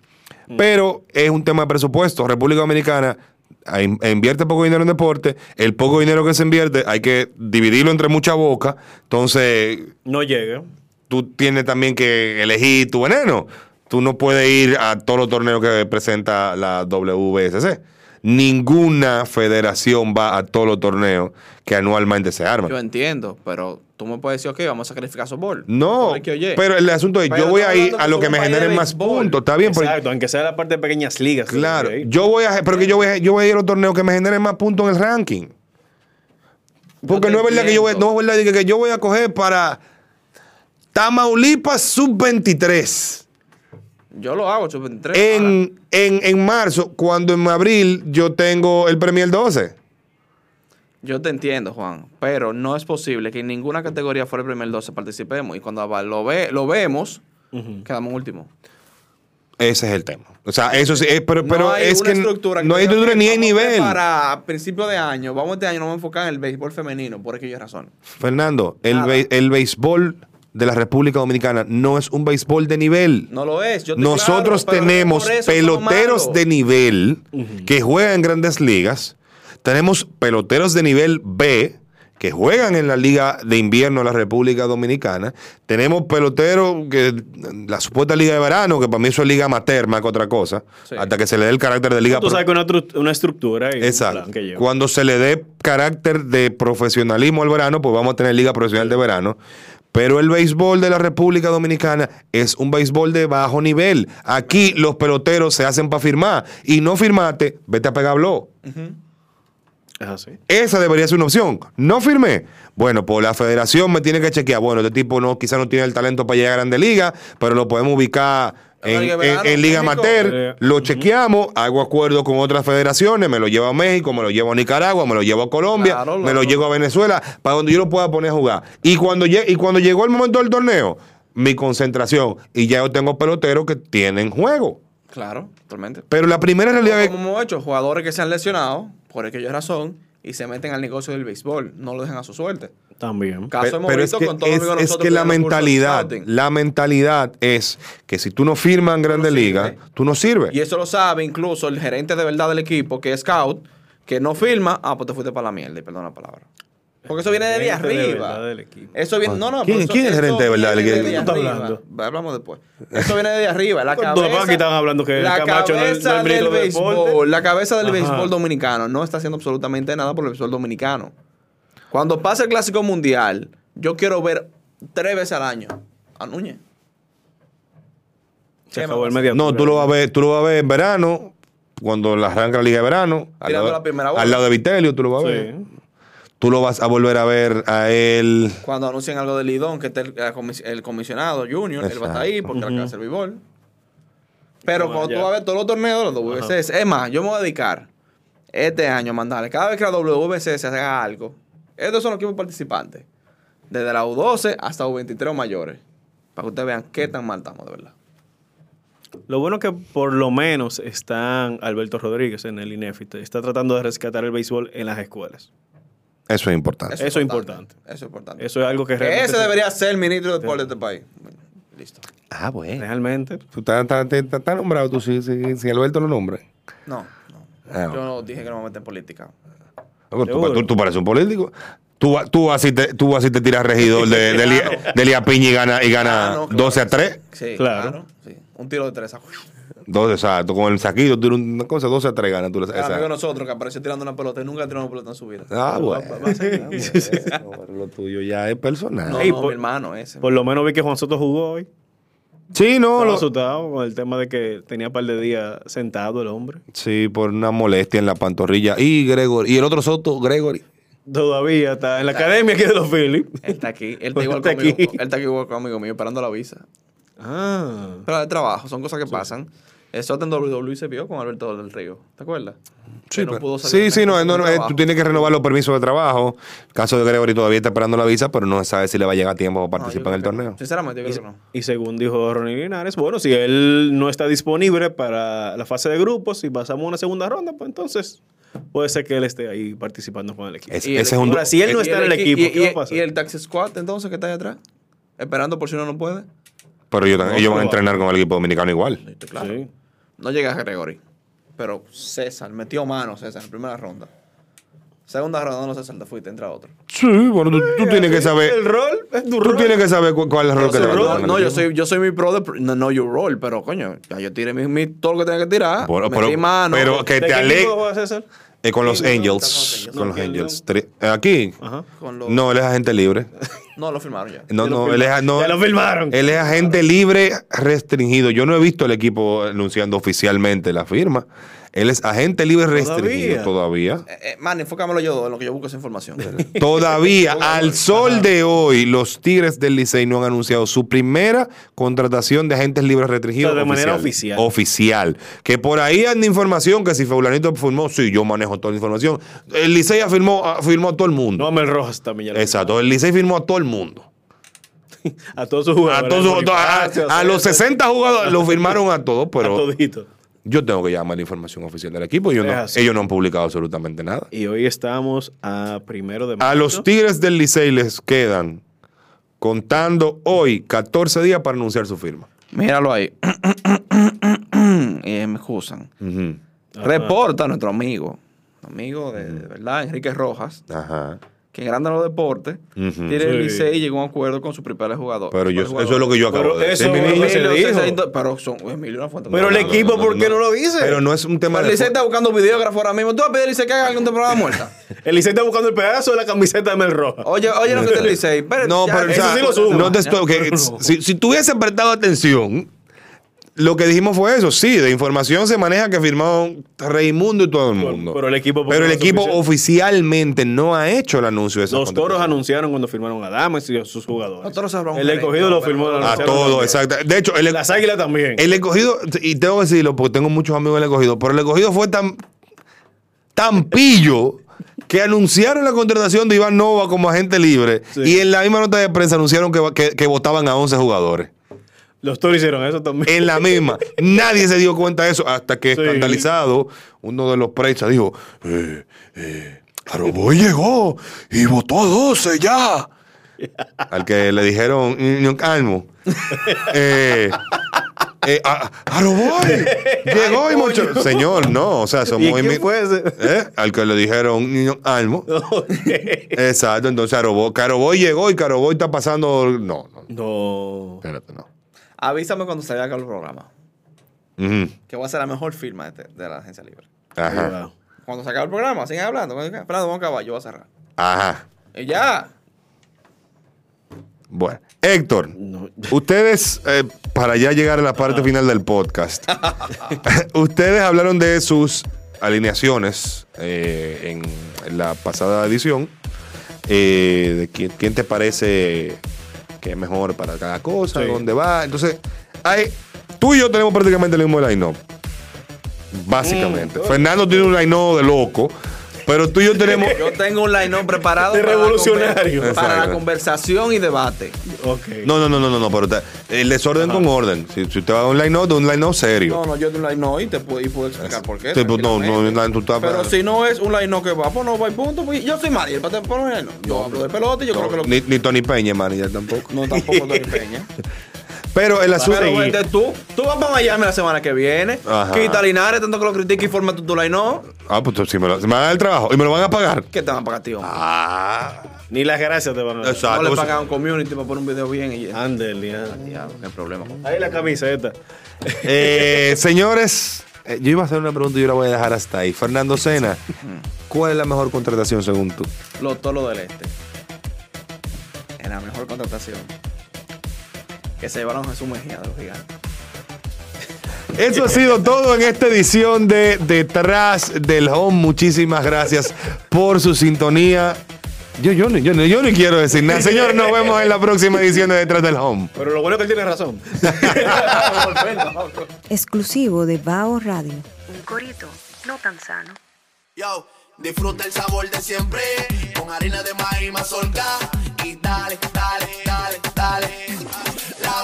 Speaker 2: Mm. Pero es un tema de presupuesto. República Dominicana ah, in- invierte poco dinero en deporte. El poco dinero que se invierte hay que dividirlo entre mucha boca. Entonces,
Speaker 7: No llega.
Speaker 2: tú tienes también que elegir tu veneno. Tú no puedes ir a todos los torneos que presenta la WBSC. Ninguna federación va a todos los torneos que anualmente se arman.
Speaker 6: Yo entiendo, pero tú me puedes decir, ok, vamos a sacrificar softball.
Speaker 2: No,
Speaker 6: Porque, oye,
Speaker 2: pero el asunto es,
Speaker 6: pero
Speaker 2: yo voy
Speaker 6: estamos
Speaker 2: ahí
Speaker 6: hablando
Speaker 2: a
Speaker 6: que
Speaker 2: lo
Speaker 6: somos
Speaker 2: que me
Speaker 6: un país de
Speaker 2: generen más
Speaker 6: béisbol.
Speaker 2: puntos. Está bien, Pero-
Speaker 7: Exacto, aunque sea la parte de pequeñas ligas.
Speaker 2: Claro,
Speaker 7: sí.
Speaker 2: yo voy a, pero que yo voy a, yo voy a ir a los torneos que me generen más puntos en el ranking. Porque
Speaker 6: te
Speaker 2: no es verdad que yo voy,
Speaker 6: entiendo.
Speaker 2: no es verdad que, que yo voy a coger para Tamaulipas sub 23.
Speaker 6: Yo lo hago, 83. ahora.
Speaker 2: En, en, en marzo, cuando en abril yo tengo el Premier 12.
Speaker 6: Yo te entiendo, Juan, pero no es posible que en ninguna categoría fuera el primer 12 participemos y cuando ava- lo, ve, lo vemos, quedamos último.
Speaker 2: Ese es el tema. O sea, eso sí, es- pero,
Speaker 6: No
Speaker 2: pero
Speaker 6: hay
Speaker 2: es
Speaker 6: una
Speaker 2: que n-
Speaker 6: estructura que
Speaker 2: no hay
Speaker 6: diga,
Speaker 2: estructura
Speaker 6: "Ok,
Speaker 2: ni hay
Speaker 6: vamos a
Speaker 2: nivel.
Speaker 6: Para principio de año, vamos este año, nos vamos a enfocar en el béisbol femenino, por aquella razón.
Speaker 2: Fernando, el,
Speaker 6: Nada.
Speaker 2: bei- el béisbol de la República Dominicana no es un béisbol de nivel.
Speaker 6: No lo es. yo te-
Speaker 2: Nosotros
Speaker 6: claro, pero no
Speaker 2: tenemos
Speaker 6: por eso somos
Speaker 2: peloteros
Speaker 6: malos.
Speaker 2: de nivel que juegan en grandes ligas. Tenemos peloteros de nivel B que juegan en la Liga de Invierno de la República Dominicana. Tenemos peloteros que la supuesta Liga de Verano, que para mí eso es Liga Amateur más que otra cosa,
Speaker 6: Sí.
Speaker 2: hasta que se le dé el carácter de Liga
Speaker 7: Tú
Speaker 2: Pro.
Speaker 7: sabes que una, tru- una estructura y un
Speaker 2: Exacto.
Speaker 7: plan que lleva.
Speaker 2: Cuando se le dé carácter de profesionalismo al verano, pues vamos a tener liga profesional de verano. Pero el béisbol de la República Dominicana es un béisbol de bajo nivel. Aquí los peloteros se hacen para firmar. Y no firmate, vete a pegar blog.
Speaker 7: Es así.
Speaker 2: Esa debería ser una opción. No firmé. Bueno, pues la federación me tiene que chequear. Bueno, este tipo no, quizás no tiene el talento para llegar a Grande Liga, pero lo podemos ubicar
Speaker 6: En la
Speaker 2: en,
Speaker 6: Liga de
Speaker 2: en-
Speaker 6: Verano,
Speaker 2: en Liga
Speaker 6: México.
Speaker 2: Amateur.
Speaker 7: Eh,
Speaker 2: Lo chequeamos, hago acuerdo con otras federaciones, me lo llevo a México, me lo llevo a Nicaragua, me lo llevo a Colombia,
Speaker 6: Claro,
Speaker 2: me lo
Speaker 6: loco.
Speaker 2: llevo a Venezuela, para donde yo lo pueda poner a jugar. Y cuando, lle- y cuando llegó el momento del torneo, mi concentración. Y ya yo tengo peloteros que tienen juego.
Speaker 6: Claro, totalmente.
Speaker 2: Pero la primera realidad es...
Speaker 6: Como hemos hecho, jugadores que se han lesionado, por aquella razón, y se meten al negocio del béisbol. No lo dejan a su suerte.
Speaker 7: También.
Speaker 6: Caso hemos
Speaker 2: pero es
Speaker 6: visto
Speaker 2: que,
Speaker 6: con todos
Speaker 2: es-
Speaker 6: los amigos
Speaker 2: es
Speaker 6: nosotros
Speaker 2: que la
Speaker 6: que tienen cursos de
Speaker 2: mentalidad,
Speaker 6: scouting.
Speaker 2: la mentalidad es que si tú no firmas en Grandes
Speaker 6: sirves.
Speaker 2: Ligas, tú no sirves.
Speaker 6: Y eso lo sabe incluso el gerente de verdad del equipo, que es scout, que no firma, ah, pues te fuiste para la mierda, y perdón la palabra. Porque eso viene de ahí
Speaker 7: Gerente de
Speaker 6: arriba.
Speaker 7: verdad del equipo.
Speaker 6: Eso viene, no, no,
Speaker 2: ¿Quién-
Speaker 6: pero eso-
Speaker 2: quién es el
Speaker 6: eso
Speaker 2: gerente de verdad del
Speaker 6: viene
Speaker 2: equipo?
Speaker 6: de
Speaker 7: ¿Qué tú estás
Speaker 6: arriba.
Speaker 7: hablando?
Speaker 6: Hablamos después. Eso viene de ahí arriba, la
Speaker 7: Los
Speaker 6: cabeza.
Speaker 7: papás que estaban hablando que
Speaker 6: la
Speaker 7: Camacho no es- no es
Speaker 6: cabeza del
Speaker 7: ministro de deporte.
Speaker 6: béisbol, la cabeza del
Speaker 7: Ajá.
Speaker 6: béisbol dominicano no está haciendo absolutamente nada por el béisbol dominicano. Cuando pase el Clásico Mundial, yo quiero ver tres veces al año a Núñez. ¿Qué
Speaker 7: Se acabó
Speaker 6: me
Speaker 7: el
Speaker 6: pasa?
Speaker 7: media.
Speaker 2: No, tú lo vas a ver, tú lo vas a ver en verano, cuando la arranca la Liga de Verano, al
Speaker 6: Tirando
Speaker 2: lado,
Speaker 6: la primera bola.
Speaker 2: al lado de Vitelio, tú lo vas a ver.
Speaker 7: Sí.
Speaker 2: Tú lo vas a volver a ver a él.
Speaker 6: Cuando anuncian algo de Lidón, que está el, la comis- el comisionado Junior, él va a estar ahí porque la casa del béisbol. Pero
Speaker 7: Ah,
Speaker 6: cuando
Speaker 7: ya.
Speaker 6: tú vas a ver todos los torneos de la WBCS, es más, yo me voy a dedicar este año a mandarle, cada vez que la WBCS haga algo, estos son los equipos participantes, desde la U12 hasta U23 o mayores, para que ustedes vean
Speaker 7: Mm.
Speaker 6: qué tan mal estamos de verdad.
Speaker 7: Lo bueno que por lo menos están Alberto Rodríguez en el INEFI. Está tratando de rescatar el béisbol en las escuelas.
Speaker 2: Eso es importante.
Speaker 7: Eso es importante.
Speaker 6: Eso es importante.
Speaker 7: Eso es algo que
Speaker 6: Que
Speaker 7: realmente...
Speaker 6: ese
Speaker 7: se-
Speaker 6: debería ser el ministro de deporte de este país. Bueno, listo.
Speaker 2: Ah, bueno.
Speaker 7: Realmente.
Speaker 2: Tú estás estás- estás- estás- estás nombrado, tú si, si, si Alberto lo nombra.
Speaker 6: No, no.
Speaker 2: Ah,
Speaker 6: Yo no dije que no me meter en política.
Speaker 2: Tú,
Speaker 7: Seguro.
Speaker 2: tú- tú pareces un político. Tú, va- tú, así te, tú así te tiras regidor de, de, Lía- de Lía Piña y gana, y gana
Speaker 6: Ah, no, claro.
Speaker 2: 12 a 3.
Speaker 6: Sí,
Speaker 7: Claro.
Speaker 6: claro. sí. Un tiro de tres. ah,
Speaker 2: Dos, exacto, con el saquillo, tú una cosa, 12 a 3 ganas. Tú, la-
Speaker 6: El Ah, amigo de
Speaker 2: esa.
Speaker 6: nosotros que apareció tirando una pelota y nunca tiró una pelota en su vida.
Speaker 2: Ah, bueno. Ah, bueno, Lo tuyo ya es personal.
Speaker 6: No,
Speaker 7: Ey,
Speaker 6: no,
Speaker 7: por-
Speaker 6: mi hermano ese.
Speaker 7: Por lo menos vi que Juan Soto jugó hoy.
Speaker 2: Sí, no,
Speaker 7: Estaba
Speaker 2: lo-
Speaker 7: asustado con el tema de que tenía un par de días sentado el hombre.
Speaker 2: sí, por una molestia en la pantorrilla. Y Gregory, y el otro Soto, Gregory.
Speaker 7: Todavía está en la academia aquí de los Phillies.
Speaker 6: Él está aquí. Él está igual
Speaker 7: Está
Speaker 6: conmigo.
Speaker 7: aquí.
Speaker 6: Él está aquí igual conmigo mío, esperando la visa.
Speaker 7: Ah.
Speaker 6: Pero de trabajo, son cosas que pasan. Eso en WWE se vio con Alberto del Río. ¿Te acuerdas? Que no
Speaker 2: pero-
Speaker 6: pudo salir
Speaker 2: sí,
Speaker 6: de
Speaker 2: sí, no,
Speaker 6: México
Speaker 2: no,
Speaker 6: por
Speaker 2: no, eh,
Speaker 6: trabajo.
Speaker 2: tú tienes que renovar los permisos de trabajo. El caso de Gregory todavía está esperando la visa, pero no se sabe si le va a llegar a tiempo para
Speaker 6: No,
Speaker 2: participar
Speaker 6: yo
Speaker 2: en
Speaker 6: creo
Speaker 2: el
Speaker 6: que no.
Speaker 2: torneo.
Speaker 6: Sinceramente, yo creo que no.
Speaker 7: Y según dijo Ronnie Linares, bueno, si él no está disponible para la fase de grupos y pasamos a una segunda ronda, pues entonces puede ser que él esté ahí participando con el equipo.
Speaker 2: Es-
Speaker 6: Y el
Speaker 2: ese es un,
Speaker 7: Ahora, si él no
Speaker 6: Y
Speaker 7: está en el
Speaker 6: equi-
Speaker 7: equipo,
Speaker 6: y-
Speaker 7: ¿qué va
Speaker 6: y-
Speaker 7: a pasar?
Speaker 6: ¿Y el Taxi Squad entonces que está ahí atrás? Esperando por si uno no puede.
Speaker 2: pero ellos,
Speaker 7: No,
Speaker 2: ellos van a
Speaker 7: pero-
Speaker 2: entrenar con el equipo dominicano igual.
Speaker 6: Claro.
Speaker 7: Sí.
Speaker 6: No llega Gregory. Pero César metió mano, César, en primera ronda. Segunda ronda, no, César, te fuiste, entra otro.
Speaker 2: Sí, bueno, tú, tú tienes que
Speaker 7: El
Speaker 2: saber.
Speaker 7: rol es tu
Speaker 2: Tú
Speaker 7: rol.
Speaker 2: tienes que saber cu- cuál es el rol que te
Speaker 6: Pero
Speaker 2: va a
Speaker 6: no,
Speaker 2: tocar en el
Speaker 6: no, yo
Speaker 2: equipo.
Speaker 6: soy, yo soy mi pro de pr- no, no your role, pero coño, ya yo tiré mi, mi- todo lo que tenía que tirar.
Speaker 2: Bueno,
Speaker 6: metí
Speaker 2: pero-
Speaker 6: mano.
Speaker 2: pero que-
Speaker 7: ¿De
Speaker 2: te
Speaker 7: qué
Speaker 2: ale-
Speaker 7: equipo juega César?
Speaker 2: Eh, con los
Speaker 7: Sí, no,
Speaker 2: Angels.
Speaker 7: no,
Speaker 2: Con
Speaker 7: no,
Speaker 2: los
Speaker 7: que
Speaker 2: Angels.
Speaker 7: no.
Speaker 2: Tri- eh, Aquí.
Speaker 7: Ajá.
Speaker 6: con los-
Speaker 2: No, él es agente libre.
Speaker 6: no, lo firmaron ya.
Speaker 2: No,
Speaker 7: Te lo
Speaker 2: no,
Speaker 7: firma-
Speaker 2: él es, a- no,
Speaker 7: te lo firmaron.
Speaker 2: Él es agente libre restringido. Yo no he visto el equipo anunciando oficialmente la firma. Él es agente libre restringido
Speaker 7: Todavía.
Speaker 2: todavía.
Speaker 6: Eh, eh, man, enfócamelo yo, en lo que yo busco esa información.
Speaker 2: Todavía, al sol de hoy, los Tigres del Licey no han anunciado su primera contratación de agentes libres restringidos.
Speaker 7: O sea, de manera oficial.
Speaker 2: Oficial. Que por ahí anda información que si Feulanito firmó, sí, yo manejo toda la información. El Licey afirmó, firmó a todo el
Speaker 7: No,
Speaker 2: mundo.
Speaker 7: Amel Rojas también. ya lo-
Speaker 2: Exacto, el Licey firmó a todo el mundo.
Speaker 7: A todos sus jugadores.
Speaker 2: A, todos- a-
Speaker 7: Bonifacio,
Speaker 2: a los 60 jugadores lo firmaron a todos,
Speaker 7: a
Speaker 2: pero
Speaker 7: toditos.
Speaker 2: yo tengo que llamar la información oficial del equipo. Ellos
Speaker 7: Es
Speaker 2: no,
Speaker 7: así.
Speaker 2: ellos no han publicado absolutamente nada.
Speaker 7: Y hoy estamos a primero de
Speaker 2: A
Speaker 7: marzo.
Speaker 2: los Tigres del Licey les quedan, contando hoy, 14 días para anunciar su firma.
Speaker 6: Míralo ahí. y me excusan. Reporta a nuestro amigo, amigo de, de verdad, Enrique Rojas,
Speaker 2: Ajá.
Speaker 6: que grande los deportes,
Speaker 2: Ujú.
Speaker 6: tiene el
Speaker 7: Sí.
Speaker 6: Licey y llegó a un acuerdo con su primer jugador.
Speaker 2: Pero yo, eso es lo que yo acabo
Speaker 7: Pero
Speaker 2: de decir.
Speaker 7: eso-
Speaker 2: mi niño.
Speaker 7: es lo que se dijo.
Speaker 6: Pero son Emilio una fuente.
Speaker 7: Pero el
Speaker 6: confiable.
Speaker 7: equipo, ¿por qué no lo dice?
Speaker 2: Pero no es un tema de...
Speaker 6: Pero el Licey está buscando videógrafo ahora mismo. Tú vas a pedir al Licey que haga algún temporada muerta.
Speaker 7: El Licey está buscando el pedazo de la camiseta de Mel Rojas.
Speaker 6: Oye, oye lo que te Licey. Pero
Speaker 2: No,
Speaker 6: ya,
Speaker 2: pero o
Speaker 7: eso
Speaker 2: sea,
Speaker 7: sí lo sumo.
Speaker 2: no te estoy-
Speaker 7: Ya.
Speaker 2: que si, si tuviese prestado atención, lo que dijimos fue eso. Sí, de información se maneja que firmaron Raimundo y todo el
Speaker 7: Pero-
Speaker 2: mundo.
Speaker 7: pero el equipo, ¿por
Speaker 2: Pero el
Speaker 7: qué no es
Speaker 2: equipo
Speaker 7: oficial?
Speaker 2: oficialmente no ha hecho el anuncio de esa
Speaker 7: Los toros
Speaker 2: contratación.
Speaker 7: anunciaron cuando firmaron a Damas y a sus jugadores.
Speaker 6: Los Toros sabrán
Speaker 7: El escogido lo
Speaker 6: correcto,
Speaker 7: firmó.
Speaker 6: pero-
Speaker 7: lo
Speaker 2: A
Speaker 7: anunciaron
Speaker 2: todo,
Speaker 7: también.
Speaker 2: exacto. De hecho, el, e-
Speaker 7: Las águilas también.
Speaker 2: el escogido, y tengo que decirlo porque tengo muchos amigos del escogido, pero el escogido fue tan, tan pillo que anunciaron la contratación de Iván Nova como agente libre
Speaker 7: Sí.
Speaker 2: y en la misma nota de prensa anunciaron que, que- que votaban a 11 jugadores.
Speaker 7: Los toros hicieron eso también.
Speaker 2: En la misma. Nadie se dio cuenta de eso hasta que
Speaker 7: Sí.
Speaker 2: escandalizado uno de los prensas dijo, eh, eh, Jaroboy llegó y votó a 12 ya. Al que le dijeron, "Mm, calmo. Eh, eh, a- Jaroboy llegó y mucho. Señor, no, o sea, son
Speaker 7: ¿Y quién
Speaker 2: movimientos-
Speaker 7: fue ese?
Speaker 2: ¿Eh? Al que le dijeron, "Mm, calmo.
Speaker 7: Ok.
Speaker 2: Exacto, entonces Jaroboy, Jaroboy llegó y Jaroboy está pasando. No, no, no,
Speaker 7: no.
Speaker 2: espérate, no.
Speaker 6: Avísame cuando se haga el programa.
Speaker 2: Ujú,
Speaker 6: Que va a ser la mejor firma de, de la agencia libre.
Speaker 2: Ajá.
Speaker 7: Wow.
Speaker 6: Cuando se acabe el programa, sigan hablando. Cuando digan, Fernando, vamos a acabar, yo voy a cerrar.
Speaker 2: Ajá.
Speaker 6: Y ya.
Speaker 2: Bueno, Héctor,
Speaker 7: No.
Speaker 2: ustedes, eh, para ya llegar a la parte final del podcast, ustedes hablaron de sus alineaciones eh, en la pasada edición. eh, de quién, quién te parece que es mejor para cada cosa,
Speaker 7: Sí.
Speaker 2: dónde va. Entonces, hay, tú y yo tenemos prácticamente el mismo line-up. Básicamente. Fernando tiene un line-up de loco, pero tú y yo tenemos.
Speaker 6: Yo tengo un line preparado
Speaker 7: De
Speaker 6: para la
Speaker 7: revolucionario.
Speaker 6: conver- para la
Speaker 2: Exacto.
Speaker 6: conversación y debate.
Speaker 7: Ok.
Speaker 2: No, no, no, no, no, no, pero eh, ta- el desorden con orden. Si, si usted va a un line-up, de un line-up serio.
Speaker 6: No, no, yo tengo un line no y te puedo, y puedo explicar por qué.
Speaker 2: Sí, pues, no, no,
Speaker 6: tranquilamente.
Speaker 2: no, tú estás-
Speaker 6: Pero si no es un line no que va, pues no va y punto. pues, yo soy Mariel, para te poner no. Yo hablo de pelota y yo creo que lo
Speaker 2: ni, ni Tony Peña, man, ya tampoco.
Speaker 6: No, tampoco Tony Peña.
Speaker 2: Pero el asunto.
Speaker 6: Pero vente tú. Tú vas para Miami la semana que viene.
Speaker 2: Ajá.
Speaker 6: Quita a Linares, tanto que lo critique y forma tu, tu line no.
Speaker 2: Ah, pues tú- si me, lo- si me van a dar el trabajo y me lo van a pagar.
Speaker 6: ¿Qué te van a pagar, tío?
Speaker 2: Ah,
Speaker 7: Ni las gracias te van a dar.
Speaker 2: Exacto.
Speaker 6: no le
Speaker 2: pues-
Speaker 6: pagan a un community para poner un video bien y
Speaker 2: Ah,
Speaker 6: ya.
Speaker 7: Ándale, ándale.
Speaker 6: Diablo, qué problema.
Speaker 7: Ahí la camiseta.
Speaker 2: eh, señores, eh, yo iba a hacer una pregunta y yo la voy a dejar hasta ahí. Fernando Sena, ¿cuál es la mejor contratación según tú?
Speaker 6: Los toros del este. En la mejor contratación. Que se llevaron a Jesús Mejía de los gigantes.
Speaker 2: Eso ha sido todo en esta edición de Detrás del Home. Muchísimas gracias por su sintonía. Yo, yo, no- yo, no- yo no quiero decir nada. Señor, nos vemos en la próxima edición de Detrás del Home.
Speaker 7: Pero lo bueno es que él tiene razón.
Speaker 8: Exclusivo de Bao Radio.
Speaker 5: Un corito no tan sano.
Speaker 3: Yo, disfruta el sabor de siempre con harina de maíz mazorca y dale, dale, dale, dale. La